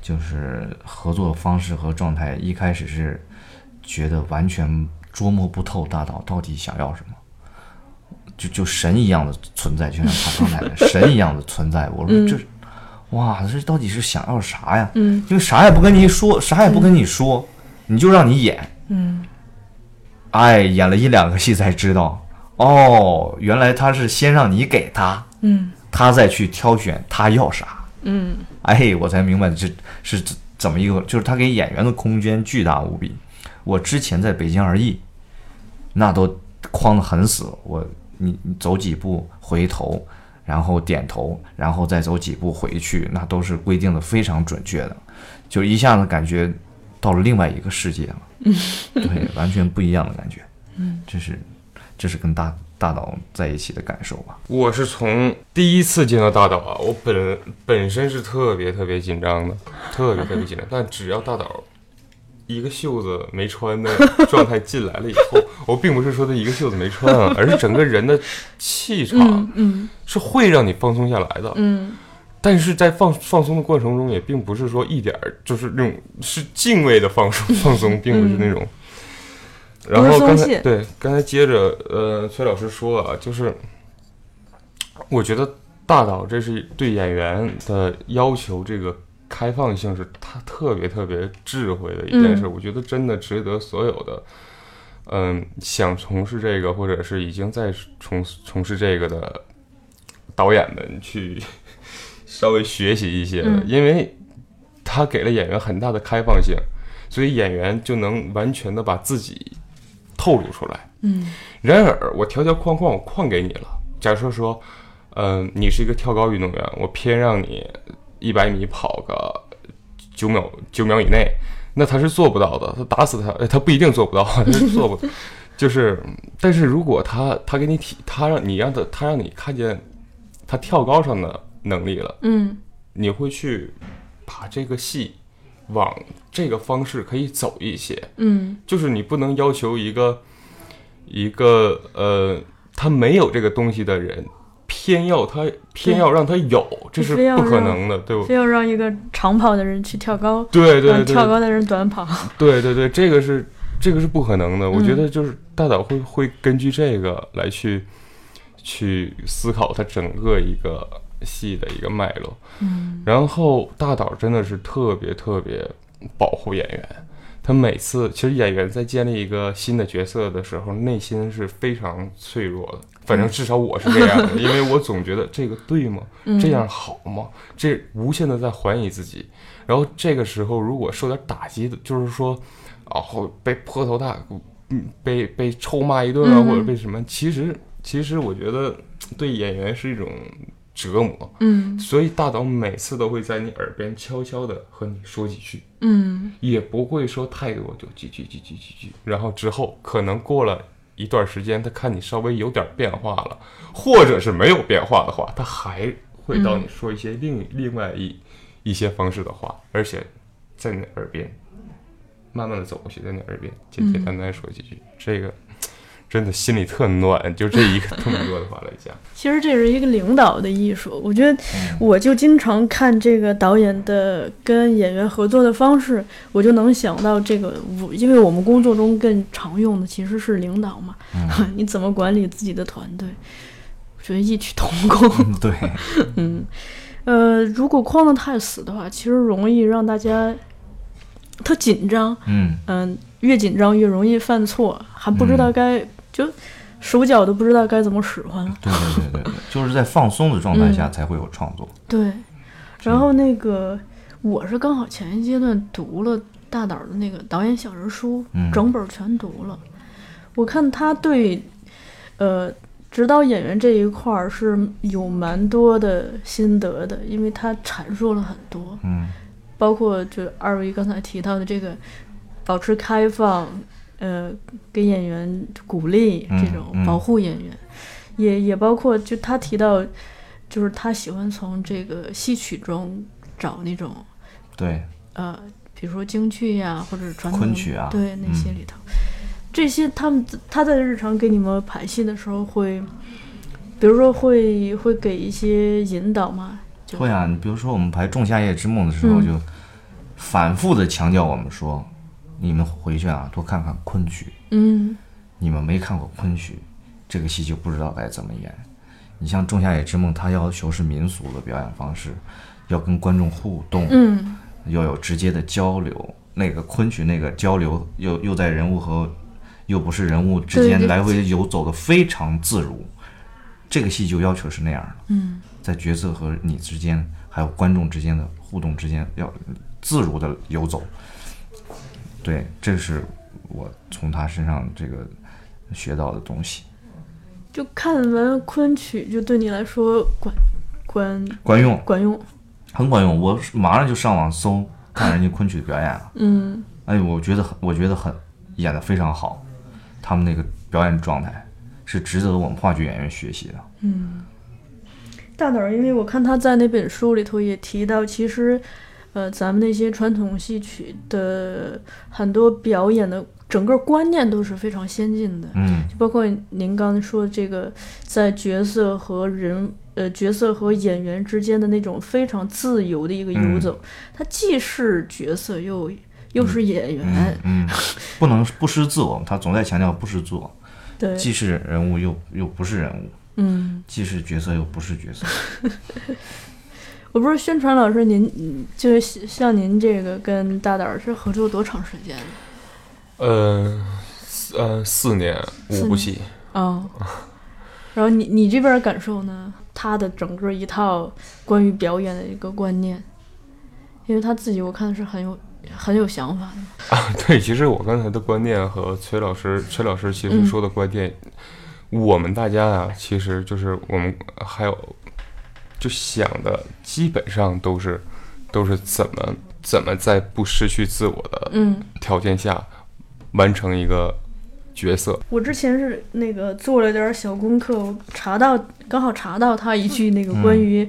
S2: 就是合作方式和状态，一开始是觉得完全捉摸不透大岛到底想要什么，就就神一样的存在，就像他刚才 的神一样的存在。我说这，哇，这到底是想要啥呀？
S1: 嗯
S2: 因为啥也不跟你说，啥也不跟你说，你就让你演，
S1: 嗯
S2: 哎，演了一两个戏才知道，哦，原来他是先让你给他，
S1: 嗯
S2: 他再去挑选他要啥。
S1: 嗯
S2: 哎，我才明白这是怎怎么一个，就是他给演员的空间巨大无比。我之前在北京而艺，那都框得很死，我你你走几步回头，然后点头，然后再走几步回去，那都是规定的非常准确的，就一下子感觉到了另外一个世界了，对，完全不一样的感觉，嗯，这是这是跟大大岛在一起的感受吧，
S3: 我是从第一次见到大岛啊，我本本身是特别特别紧张的，特别特别紧张。但只要大岛一个袖子没穿的状态进来了以 后，我并不是说他一个袖子没穿啊，而是整个人的气场
S1: 嗯
S3: 是会让你放松下来的。
S1: 嗯
S3: 但是在放放松的过程中，也并不是说一点儿就是那种是敬畏的放松放松，并不是那种。
S1: 嗯
S3: 然
S1: 不是
S3: 后
S1: 松
S3: 刚才
S1: 懈
S3: 对刚才接着呃崔老师说啊，就是我觉得大岛这是对演员的要求，这个开放性是他特别特别智慧的一件事，我觉得真的值得所有的。嗯，想从事这个，或者是已经在从从事这个的导演们去稍微学习一些的，
S1: 嗯
S3: 因为他给了演员很大的开放性，所以演员就能完全的把自己透露出来。
S1: 嗯
S3: 然而，我条条框框我框给你了，假设说，嗯、你是一个跳高运动员，我偏让你一百米跑个九秒九秒以内，那他是做不到的，他打死他，呃他不一定做不到，他是做不，就是，但是如果他他给你体，他让你让他他让你看见他跳高上的能力了，
S1: 嗯
S3: 你会去把这个戏往这个方式可以走一些，
S1: 嗯
S3: 就是你不能要求一个一个呃他没有这个东西的人，偏要他偏要让他有，这是
S1: 非要
S3: 不可
S1: 让
S3: 能的，对不
S1: 非？要让一个长跑的人去跳高，
S3: 对对
S1: 让
S3: 对
S1: 跳高的人短跑，
S3: 对对对，这个是这个是不可能的。我
S1: 嗯
S3: 觉得就是大岛会会根据这个来去去思考它整个一个戏的一个脉络。嗯，然后大岛真的是特别特别保护演员。他每次其实演员在建立一个新的角色的时候，内心是非常脆弱的。反正至少我是这样的，因为我总觉得这个对吗？这样好吗？这无限的在怀疑自己。然后这个时候如果受点打击的，就是说，啊，后被破头大，嗯，被被臭骂一顿啊，
S1: 嗯
S3: 或者被什么，其实其实我觉得对演员是一种折磨。
S1: 嗯
S3: 所以大岛每次都会在你耳边悄悄的和你说几句，
S1: 嗯
S3: 也不会说太多，就几句几句几句。然后之后可能过了一段时间，他看你稍微有点变化了，或者是没有变化的话，他还会到你说一些另、另外
S1: 嗯
S3: 一一些方式的话，而且在你耳边慢慢的走过去，在你耳边简
S1: 嗯
S3: 简单单说几句，这个真的心里特暖。就这一个动作的话来讲，
S1: 其实这是一个领导的艺术，我觉得我就经常看这个导演的跟演员合作的方式，我就能想到这个我，因为我们工作中更常用的其实是领导嘛， 你怎么管理自己的团队，我觉得异曲同工。
S2: 嗯对，
S1: 嗯，呃，如果框得太死的话，其实容易让大家特紧张，
S2: 嗯。
S1: 嗯，越紧张越容易犯错，还不知道该、就手脚都不知道该怎么使唤了。
S2: 对对对对，对，就是在放松的状态下才会有创作。
S1: 对，然后那个我是刚好前一阶段读了大导的那个导演小人书，
S2: 嗯
S1: 整本儿全读了。我看他对，呃，指导演员这一块儿是有蛮多的心得的，因为他阐述了很多，
S2: 嗯
S1: 包括就二位刚才提到的这个保持开放，呃，给演员鼓励
S2: 嗯
S1: 这种
S2: 嗯
S1: 保护演员，也也包括就他提到，就是他喜欢从这个戏曲中找那种
S2: 对，
S1: 呃，比如说京剧呀，或者传统
S2: 昆曲啊
S1: 对那些
S2: 嗯
S1: 里头，这些他们他在日常给你们排戏的时候会，比如说会会给一些引导嘛，就
S2: 会啊，你比如说我们排《仲夏夜之梦》的时候，
S1: 嗯
S2: 就反复的强调我们说，你们回去啊，多看看昆曲，
S1: 嗯
S2: 你们没看过昆曲，这个戏就不知道该怎么演。你像《仲夏夜之梦》，它要求是民俗的表演方式，要跟观众互动，
S1: 嗯
S2: 要有直接的交流。那个昆曲那个交流，又又在人物和又不是人物之
S1: 对
S2: 间
S1: 对
S2: 来回游走的非常自如。这个戏就要求是那样的。
S1: 嗯
S2: 在角色和你之间，还有观众之间的互动之间，要自如的游走。对，这是我从他身上这个学到的东西，
S1: 就看完昆曲就对你来说管管
S2: 管用，
S1: 管用，
S2: 很管用。我马上就上网搜看人家昆曲表演了，
S1: 嗯
S2: 哎，我觉得很，我觉得很演的非常好，他们那个表演状态是值得我们话剧演员学习的。
S1: 嗯。大导，因为我看他在那本书里头也提到，其实，呃，咱们那些传统戏曲的很多表演的整个观念都是非常先进的，
S2: 嗯，
S1: 包括您刚才说这个，在角色和人呃角色和演员之间的那种非常自由的一个游
S2: 嗯
S1: 走，它既是角色又又是演员，
S2: 嗯嗯，不能不失自我，他总在强调不失自我，
S1: 对，
S2: 既是人物又又不是人物。
S1: 嗯，
S2: 既是角色又不是角色。
S1: 我不是宣传老师，您嗯就是像您这个跟大导是合作多长时间了？
S3: 呃，四呃，四年
S1: 嗯四
S3: 五部
S1: 年
S3: 戏，
S1: 哦，然后你你这边感受呢？他的整个一套关于表演的一个观念，因为他自己我看是很有很有想法的，
S3: 对，其实我刚才的观念和崔老师，崔老师其实说的观点，我们大家啊，其实就是我们还有就想的，基本上都是都是怎么怎么在不失去自我
S2: 呃
S3: 的
S1: 嗯。
S3: 条件下完成一个角色。
S1: 我之前是那个做了点儿小功课，我查到刚好查到他一句
S2: 嗯
S1: 那个关于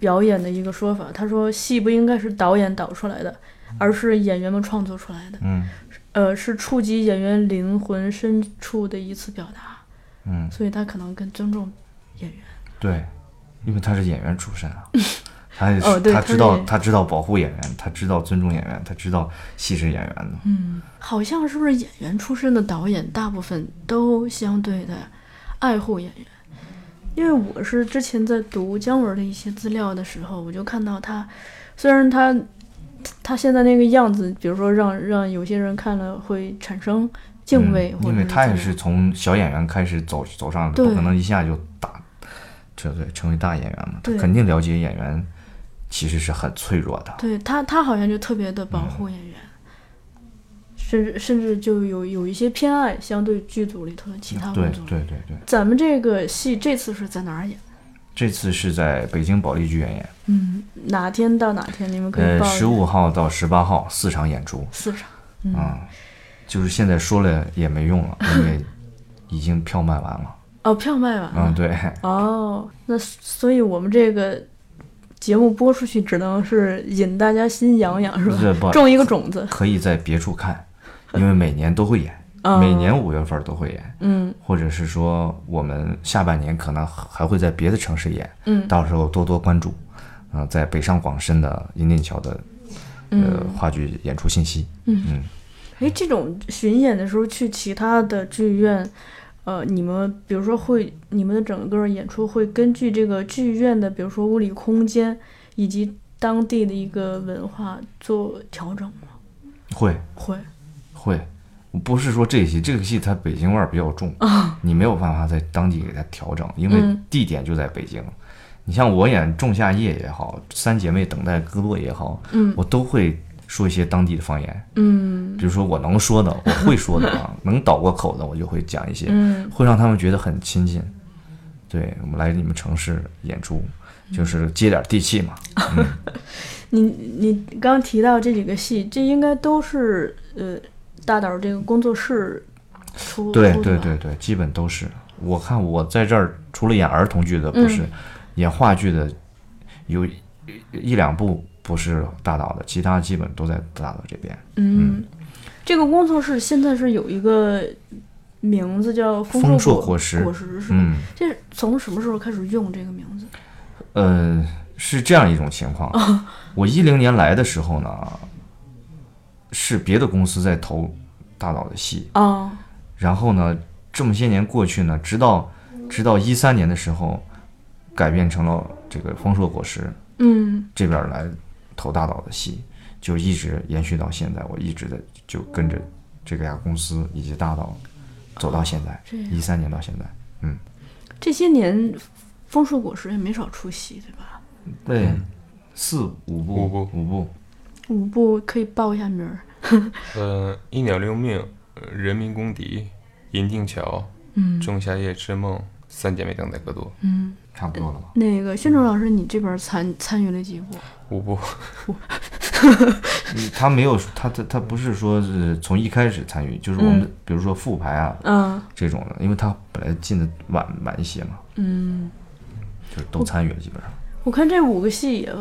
S1: 表演的一个说法，他说戏不应该是导演导出来的，而是演员们创作出来的，
S2: 嗯
S1: 呃，是触及演员灵魂深处的一次表达，
S2: 嗯，
S1: 所以他可能更尊重演员。
S2: 对，因为他是演员出 身啊，他也是、
S1: 哦对
S2: 他
S1: 他是
S2: 知道
S1: 演
S2: 他知道保护演员，他知道尊重演员，他知道戏是演员的。
S1: 嗯，好像是不是演员出身的导演大部分都相对的爱护演员？因为我是之前在读姜文的一些资料的时候，我就看到他，虽然他他现在那个样子，比如说让让有些人看了会产生敬畏，
S2: 嗯
S1: 或者
S2: 因为他
S1: 怎
S2: 也
S1: 么
S2: 是
S1: 样
S2: 从小演员开始走走上的，
S1: 对
S2: 不可能一下就大，这对成为大演员嘛，他
S1: 对
S2: 肯定了解演员其实是很脆弱的。
S1: 对他，他好像就特别的保护演员，甚至甚至就有有一些偏爱，相对剧组里头的其他
S2: 对
S1: 工作。
S2: 对对对，
S1: 咱们这个戏这次是在哪儿演？
S2: 这次是在北京保利剧院演，
S1: 嗯，哪天到哪天你们可以
S2: 呃，
S1: 报一下？
S2: 十五号到十八号四场演出，
S1: 四场。
S2: 啊、就是现在说了也没用了，因为已经票卖完了。
S1: 哦，票卖完
S2: 嗯，
S1: 了。
S2: 对，
S1: 哦，那所以我们这个节目播出去，只能是引大家心痒痒， 是
S2: 对
S1: 吧？
S2: 不
S1: 种一个种子。
S2: 可以在别处看，因为每年都会演，
S1: 啊
S2: 每年五月份都会演，
S1: 嗯
S2: 或者是说我们下半年可能还会在别的城市演，
S1: 嗯
S2: 到时候多多关注。啊、在北上广深的银锭桥的呃
S1: 嗯。
S2: 话剧演出信息，嗯
S1: 哎，这种巡演的时候去其他的剧院，呃，你们比如说会，你们的整个演出会根据这个剧院的，比如说物理空间以及当地的一个文化做调整吗？
S2: 会
S1: 会。
S2: 会。不是说这戏，这个戏它北京味儿比较重，你没有办法在当地给它调整，因为
S1: 哦嗯
S2: 地点就在北京。你像我演《仲夏夜》也好，《三姐妹等待戈洛》也好，
S1: 嗯
S2: 我都会说一些当地的方言，
S1: 嗯
S2: 比如说我能说的，我会说 的啊，能倒过口的，我就会讲一些，
S1: 嗯
S2: 会让他们觉得很亲近。对我们来你们城市演出，
S1: 嗯
S2: 就是接点地气嘛。
S1: 你你刚提到这几个戏，这应该都是呃大导这个工作室出
S2: 对
S1: 出的
S2: 对
S1: 吧
S2: 对对，基本都是。我看我在这儿
S1: 嗯
S2: 除了演儿童剧的不是，演话剧的有一一两部不是大岛的，其他基本都在大岛这边。
S1: 嗯，这个工作室现在是有一个名字叫
S2: 丰硕
S1: 硕
S2: 果实
S1: 果实是吧？
S2: 嗯，
S1: 这是从什么时候开始用这个名字？
S2: 呃，是这样一种情况。
S1: 哦
S2: 我一零年来的时候呢，是别的公司在投大岛的戏，
S1: 哦，
S2: 然后呢，这么些年过去呢，直到直到一三年的时候，改变成了这个丰硕果实
S1: 嗯
S2: 这边来投大岛的戏，就一直延续到现在。我一直在就跟着这个家公司以及大岛走到现在，
S1: 这样
S2: 一三年到现在。
S1: 这些年丰硕果实也没少出戏，对吧？
S2: 对，四五部
S3: 五部
S2: 五部，
S1: 五部可以报一下名儿，
S3: 呃，一鸟六命、呃人民公敌、银锭桥、
S1: 嗯
S3: 仲夏夜之梦、三姐妹等待戈多，
S1: 嗯，
S2: 差不多了吧？
S1: 那个宣传老师，你这边参参与了几部？
S3: 五部。
S2: 嗯他没有，他他他不是说是从一开始参与，就是我们、比如说复排啊
S1: 嗯
S2: 这种的，因为他本来进的晚晚一些嘛，
S1: 嗯，
S2: 就是都参与了基本上。
S1: 我看这五个戏也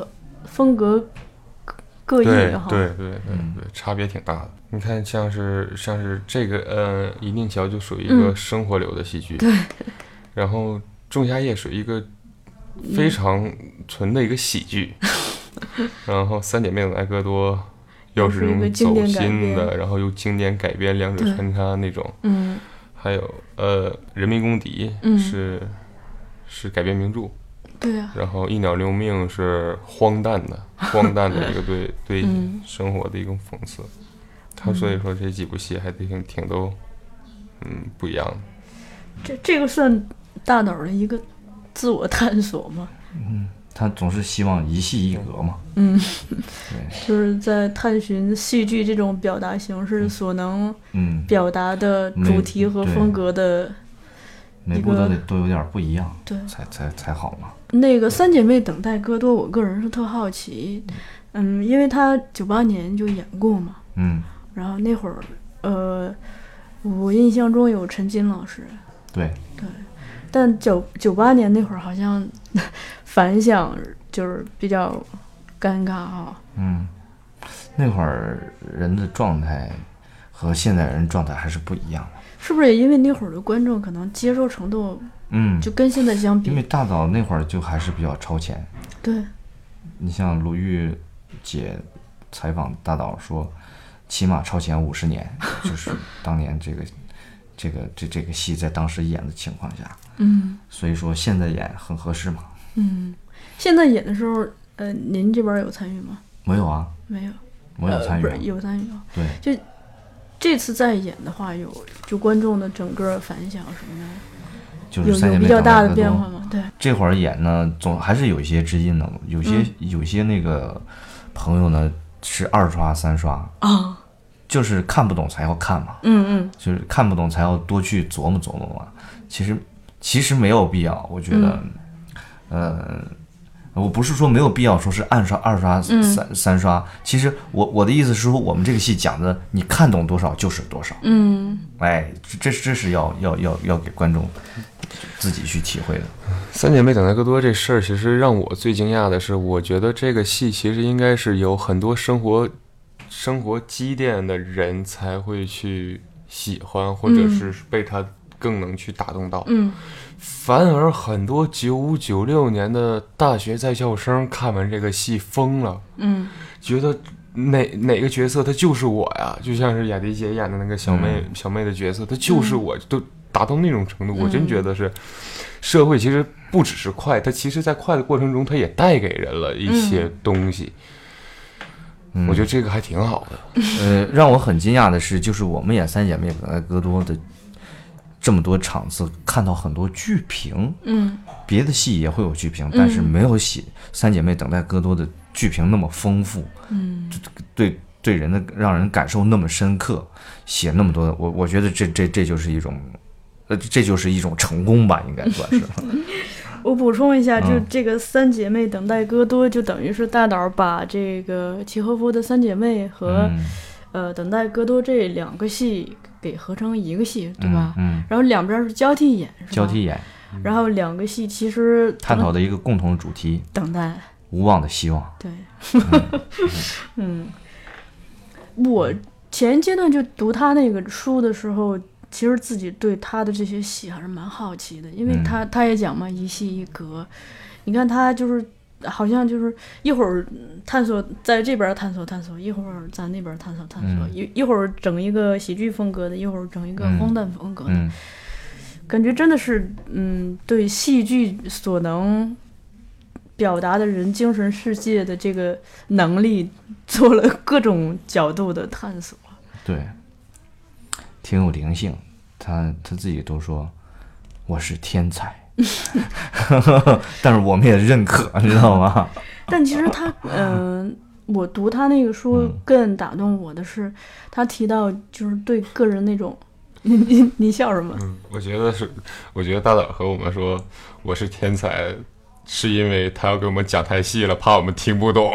S1: 风格各
S3: 对
S1: 异
S3: 对
S1: 哈，
S3: 对对
S2: 嗯
S3: 对，差别挺大的。你看，像是像是这个呃，银锭桥就属于一个
S1: 嗯
S3: 生活流的戏剧， 然后仲夏夜属于一个
S1: 嗯
S3: 非常纯的一个喜 剧，然后三姐妹等爱戈多又是
S1: 又是一个
S3: 那种
S1: 经
S3: 走
S1: 典改
S3: 心的，
S1: 编
S3: 然后又经典改编，两者
S1: 对
S3: 穿插那种。
S1: 嗯
S3: 还有呃，《人民公敌》
S1: 嗯
S3: 是、是改编名著，
S1: 对啊，
S3: 然后《一鸟六命》是荒诞的，荒诞的一个 对对
S1: 嗯
S3: 生活的一种讽刺。他所以说这几部戏还挺挺都嗯不一样的。
S1: 这这个算大脑的一个自我探索吗？
S2: 他总是希望一戏一格嘛，
S1: 嗯，
S2: 对，
S1: 就是在探寻戏剧这种表达形式所能
S2: 嗯，
S1: 表达的主题和风格的。
S2: 每
S1: 一
S2: 部都
S1: 个
S2: 得都有点不一样，
S1: 对，
S2: 才才才好嘛。
S1: 那个三姐妹等待戈多，我个人是特好奇，嗯，因为她九八年就演过嘛，
S2: 嗯，
S1: 然后那会儿，呃，我印象中有陈金老师，
S2: 对，
S1: 但九九八年那会儿好像 反响就是比较尴尬啊、
S2: 嗯，那会儿人的状态和现在人状态还是不一样的。
S1: 是不是也因为那会儿的观众可能接受程度
S2: 嗯，
S1: 就跟现在相
S2: 因为
S1: 比，
S2: 大岛那会儿就还是比较超前，
S1: 对，
S2: 你像鲁豫姐采访大岛说，起码超前五十年，就是当年这个这个这这个戏在当时演的情况下，
S1: 嗯
S2: 所以说现在演很合适嘛？
S1: 嗯，现在演的时候，呃，您这边有参与吗？
S2: 没有啊，
S1: 没有，
S2: 我有参与
S1: 呃，
S2: 啊
S1: 不是，有参与啊。
S2: 对，
S1: 这次再演的话，有就观众的整个反响什么的，
S2: 就
S1: 有
S2: 是三姐
S1: 有比
S2: 妹
S1: 较
S2: 长
S1: 大
S2: 大
S1: 的
S2: 哥
S1: 变化
S2: 多。
S1: 吗？对，
S2: 这会儿演呢，总还是有一些知音的，有些、
S1: 嗯
S2: 有些那个朋友呢是二刷三刷，
S1: 啊，
S2: 就是看不懂才要看嘛。
S1: 嗯嗯
S2: 就是看不懂才要多去琢磨琢磨嘛。其实其实没有必要，我觉得，
S1: 嗯
S2: 呃，我不是说没有必要说是暗刷、二刷、
S1: 嗯
S2: 三三刷。其实我我的意思是说，我们这个戏讲的，你看懂多少就是多少。
S1: 嗯，
S2: 哎，这这是要要要要给观众自己去体会的。
S3: 三姐妹等待戈多这事儿，其实让我最惊讶的是，我觉得这个戏其实应该是有很多生活生活积淀的人才会去喜欢，或者
S1: 嗯
S3: 是被他更能去打动到。
S1: 嗯，
S3: 反而很多九五九六年的大学在校生看完这个戏疯了，
S1: 嗯
S3: 觉得哪哪个角色他就是我呀，就像是雅迪姐演的那个小妹、小妹的角色，她就是我，都达到那种程度，我真觉得是社会其实不只是快，它其实在快的过程中，它也带给人了一些东西。
S2: 嗯
S3: 我觉得这个还挺好的，
S2: 呃，让我很惊讶的是，就是我们演三姐妹本来戈多的这么多场次，看到很多剧评，
S1: 嗯，
S2: 别的戏也会有剧评，但是没有写《三姐妹等待戈多》的剧评那么丰富，
S1: 嗯，
S2: 对对人的让人感受那么深刻，写那么多，我我觉得这这这就是一种，呃，这就是一种成功吧，应该算是。
S1: 我补充一下，就
S2: 嗯
S1: 这个三姐妹等待戈多，就等于是大导把这个契诃夫的三姐妹和、
S2: 嗯，
S1: 呃等待戈多这两个戏给合成一个戏，对吧？
S2: 嗯，
S1: 然后两边是交替演，是吧
S2: 交替。演
S1: 然后两个戏其实
S2: 探
S1: 等
S2: 讨的一个共同主题，
S1: 等待，
S2: 无望的希望。
S1: 对， 嗯，我前一阶段就读他那个书的时候，其实自己对他的这些戏还是蛮好奇的，因为
S2: 嗯
S1: 他、他也讲嘛，一戏一格，你看他就是。好像就是一会儿探索在这边探索探索，一会儿在那边探索探索，
S2: 嗯
S1: 一一会儿整一个喜剧风格的，一会儿整一个
S2: 嗯
S1: 荒诞风格的，
S2: 嗯
S1: 感觉真的是，嗯，对戏剧所能表达的人精神世界的这个能力，做了各种角度的探索。
S2: 对，挺有灵性。他他自己都说我是天才， 但是我们也认可，你知道吗？
S1: 但其实他，嗯、我读他那个书
S2: 嗯
S1: 更打动我的是，他提到就是对个人那种，你你你笑什么？
S3: 嗯，我觉得是，我觉得大枣和我们说我是天才，是因为他要给我们讲太细了，怕我们听不懂。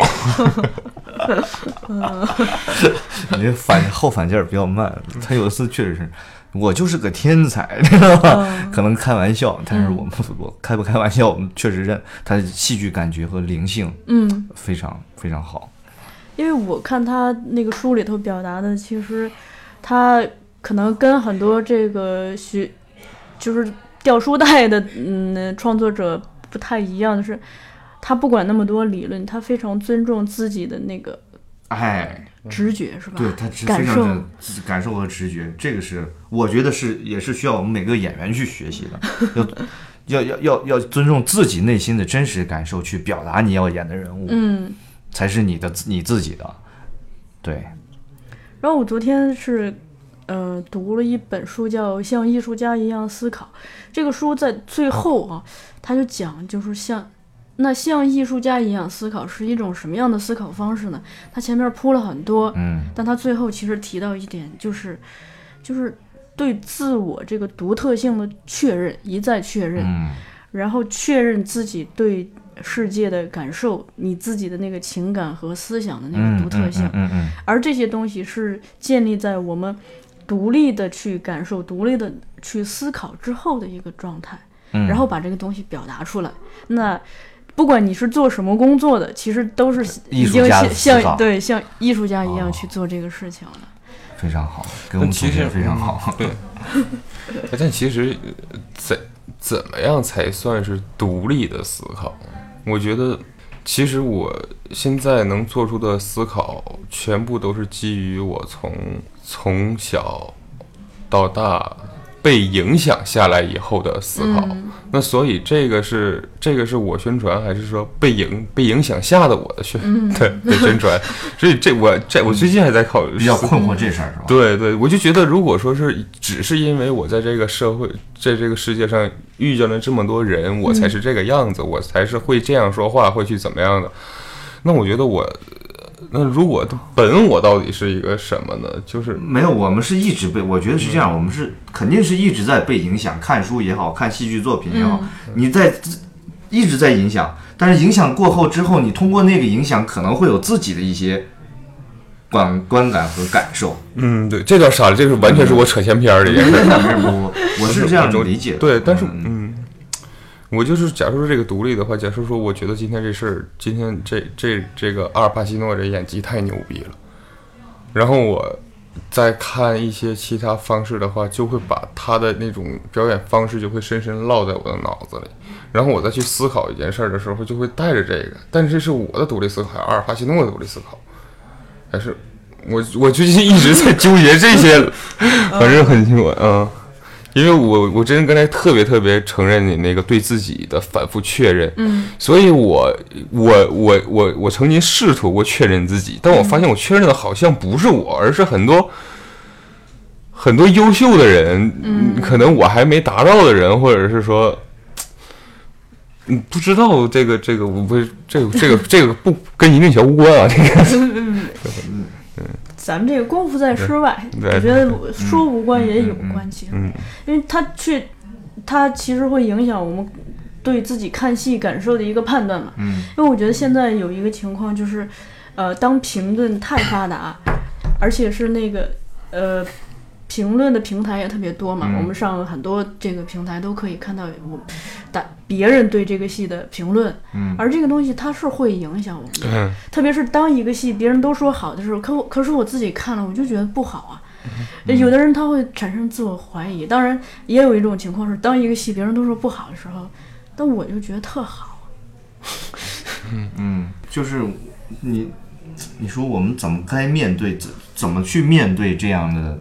S2: 你这反后反劲儿比较慢。他有一次确实是，我就是个天才，知道吧？可能开玩笑，但是我们我开不开玩笑，我们确实认他的戏剧感觉和灵性
S1: 嗯，
S2: 非常非常好。
S1: 因为我看他那个书里头表达的，其实他可能跟很多这个学就是掉书袋的嗯创作者不太一样的是，他不管那么多理论，他非常尊重自己的那个
S2: 哎，
S1: 直觉，是吧？
S2: 对他直
S1: 感
S2: 非常
S1: 受
S2: 的自感受和直觉，这个是我觉得是也是需要我们每个演员去学习的，要要要要要尊重自己内心的真实感受去表达你要演的人物，
S1: 嗯。
S2: 才是你的你自己的。对，
S1: 然后我昨天是，呃，读了一本书，叫《像艺术家一样思考》。这个书在最后啊，他就讲，就是像那像艺术家一样思考是一种什么样的思考方式呢？他前面铺了很多，
S2: 嗯
S1: 但他最后其实提到一点，就是就是对自我这个独特性的确认，一再确认，
S2: 嗯
S1: 然后确认自己对世界的感受，你自己的那个情感和思想的那
S2: 嗯
S1: 个独特性。
S2: 嗯嗯嗯
S1: 而这些东西是建立在我们独立的去感受、独立的去思考之后的一个状态，
S2: 嗯，
S1: 然后把这个东西表达出来。那不管你是做什么工作的，其实都是
S2: 艺
S1: 已
S2: 术
S1: 经
S2: 家的思
S1: 像
S2: 考
S1: 像对像艺术家一样
S2: 哦
S1: 去做这个事情了。
S2: 非常好，给我们总结非常好。
S3: 对，但其实呃怎怎么样才算是独立的思考？我觉得，其实我现在能做出的思考，全部都是基于我从从小到大被影响下来以后的思考。那所以这个是这个是我宣传，还是说被影被影响下的我的宣、对的宣传？ 所以这我这我最近还在考虑
S2: 比较困惑这事儿是吧？
S3: 对对，我就觉得，如果说是只是因为我在这个社会，在这个世界上遇见了这么多人，我才是这个样子，我才是会这样说话，会去怎么样的，那我觉得我，呃那如果本我到底是一个什么呢？就是
S2: 没有，我们是一直被，我觉得是这样，我们是肯定是一直在被影响，看书也好看戏剧作品也好，你在自一直在影响，但是影响过后之后，你通过那个影响可能会有自己的一些观观感和感受。
S3: 嗯，对，这叫啥？这是完全是我扯闲篇儿的一个事儿。
S2: 我我是这样
S3: 种
S2: 理解的。
S3: 对，但是
S2: 嗯
S3: 嗯，我就是假如说这个独立的话，假如说我觉得今天这事儿，今天这这这个阿尔帕西诺这演技太牛逼了，然后我再看一些其他方式的话，就会把他的那种表演方式就会深深烙在我的脑子里，然后我再去思考一件事儿的时候，就会带着这个，但是这是我的独立思考，还是阿尔帕西诺的独立思考，还是。我我最近一直在纠结这些，反正很清楚，嗯。因为我我真是刚才特别特别承认你那个对自己的反复确认，嗯，所以我我我我我曾经试图过确认自己，但我发现我确认的好像不是我，而是很多很多优秀的人，嗯，可能我还没达到的人，或者是说。嗯，不知道这个这个，我不是这个这个这个不跟引领桥无关啊，这个
S1: 咱们这个功夫在诗外，
S3: 对
S1: 我觉得说无关也有关系，
S3: 嗯
S1: 因为它去，它其实会影响我们对自己看戏感受的一个判断嘛。
S2: 嗯
S1: 因为我觉得现在有一个情况就是，呃，当评论太发达，而且是那个呃评论的平台也特别多嘛，
S2: 嗯
S1: 我们上很多这个平台都可以看到我大别人对这个戏的评论，
S2: 嗯
S1: 而这个东西它是会影响我们的，
S3: 嗯
S1: 特别是当一个戏别人都说好的时候，可我可是我自己看了我就觉得不好啊。有的人他会产生自我怀疑，当然也有一种情况是，当一个戏别人都说不好的时候，但我就觉得特好。
S2: 嗯，就是你，你说我们怎么该面对，怎怎么去面对这样的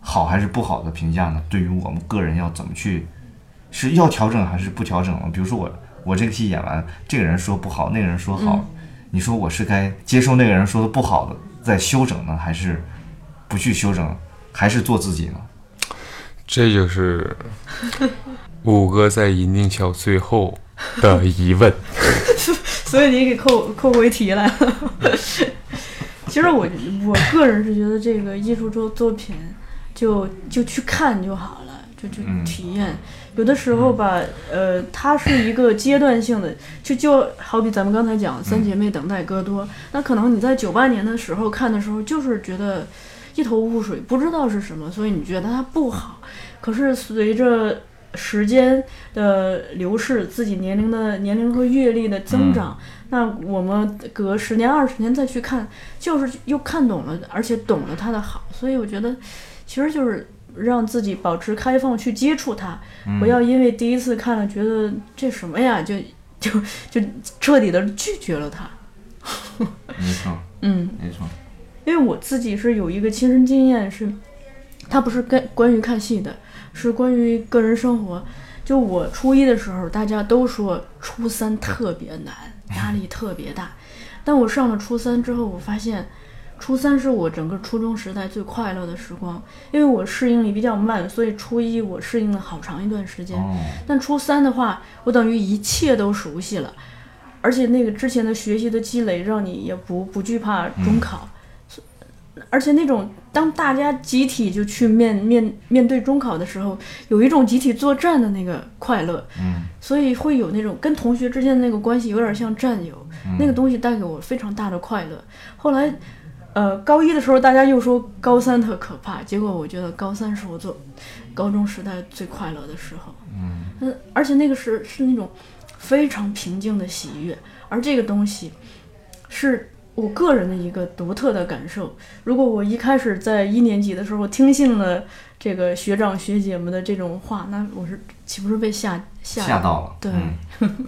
S2: 好还是不好的评价呢？对于我们个人要怎么去，是要调整还是不调整呢？比如说我我这个戏演完，这个人说不好，那个人说好，
S1: 嗯
S2: 你说我是该接受那个人说的不好的再修整呢，还是不去修整，还是做自己呢？
S3: 这就是五哥在银锭桥最后的疑问。
S1: 所以你给扣扣回题来了。其实我我个人是觉得这个艺术作作品就就去看就好了，就就
S2: 嗯
S1: 体验。有的时候吧，呃，它是一个阶段性的，就就好比咱们刚才讲《三姐妹等待戈多》，那可能你在九八年的时候看的时候，就是觉得一头雾水，不知道是什么，所以你觉得它不好。可是随着时间的流逝，自己年龄的年龄和阅历的增长，那我们隔十年二十年再去看，就是又看懂了，而且懂了它的好，所以我觉得其实就是让自己保持开放去接触它，不要因为第一次看了觉得这什么呀，就就就彻底的拒绝了它。
S2: 没错，
S1: 嗯，
S2: 没错，
S1: 因为我自己是有一个亲身经验是，它不是跟关于看戏的，是关于个人生活。就我初一的时候，大家都说初三特别难，压力特别大。但我上了初三之后，我发现，初三是我整个初中时代最快乐的时光，因为我适应力比较慢，所以初一我适应了好长一段时间。
S2: 哦，
S1: 但初三的话，我等于一切都熟悉了，而且那个之前的学习的积累，让你也不不惧怕中考。而且那种当大家集体就去面面面对中考的时候，有一种集体作战的那个快乐，
S2: 嗯
S1: 所以会有那种跟同学之间的那个关系有点像战友，
S2: 嗯
S1: 那个东西带给我非常大的快乐。后来，呃，高一的时候大家又说高三特可怕，结果我觉得高三是我做高中时代最快乐的时候。嗯，而且那个是是那种非常平静的喜悦，而这个东西是我个人的一个独特的感受。如果我一开始在一年级的时候听信了这个学长学姐们的这种话，那我是岂不是被吓吓
S2: 吓到了，
S1: 对
S2: 嗯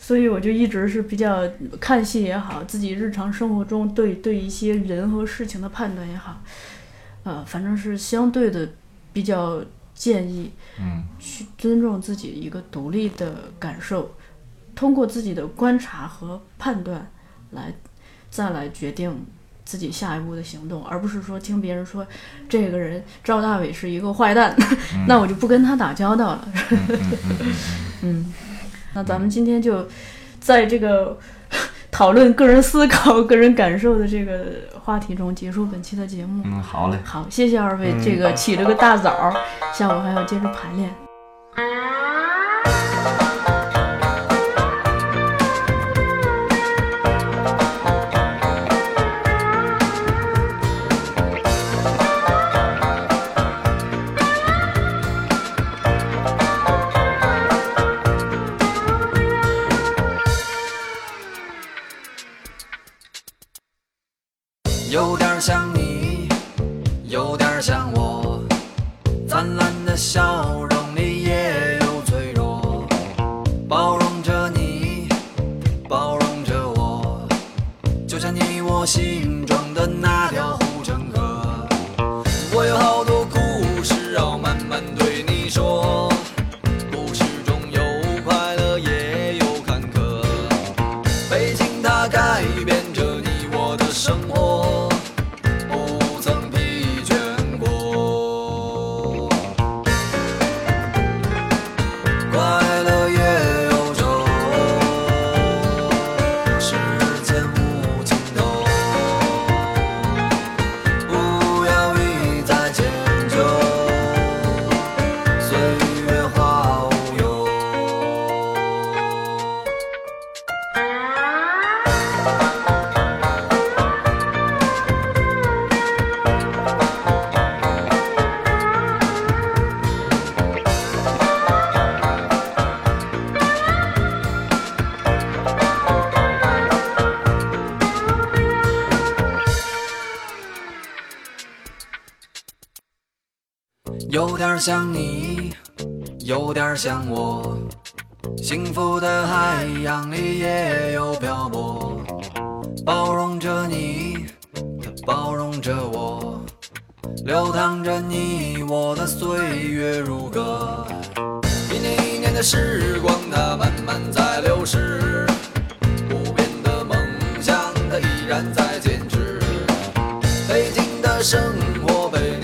S1: 所以我就一直是比较看戏也好，自己日常生活中对对一些人和事情的判断也好，呃，反正是相对的比较建议
S2: 嗯
S1: 去尊重自己一个独立的感受，通过自己的观察和判断来再来决定自己下一步的行动，而不是说听别人说这个人赵大伟是一个坏蛋， 那我就不跟他打交道了。 嗯，那咱们今天就在这个 讨论个人思考、个人感受的这个话题中结束本期的节目。
S2: 嗯，好嘞。
S1: 好，谢谢二位，这个起了个大早儿，下午还要接着排练。
S4: 有点像你，有点像我，灿烂的笑容里也有脆弱，包容着你，包容着我，就像你我心中的那条护城河。我有好多故事要慢慢对你说，故事中有快乐也有坎坷。北京它改变着你我的生活，不曾疲倦过。快乐也有愁，时间无尽头。有点像你，有点像我，幸福的海洋里也有漂泊，包容着你，它包容着我，流淌着你我的岁月如歌。一年一年的时光，它慢慢在流逝，不变的梦想，它依然在坚持。北京的生活被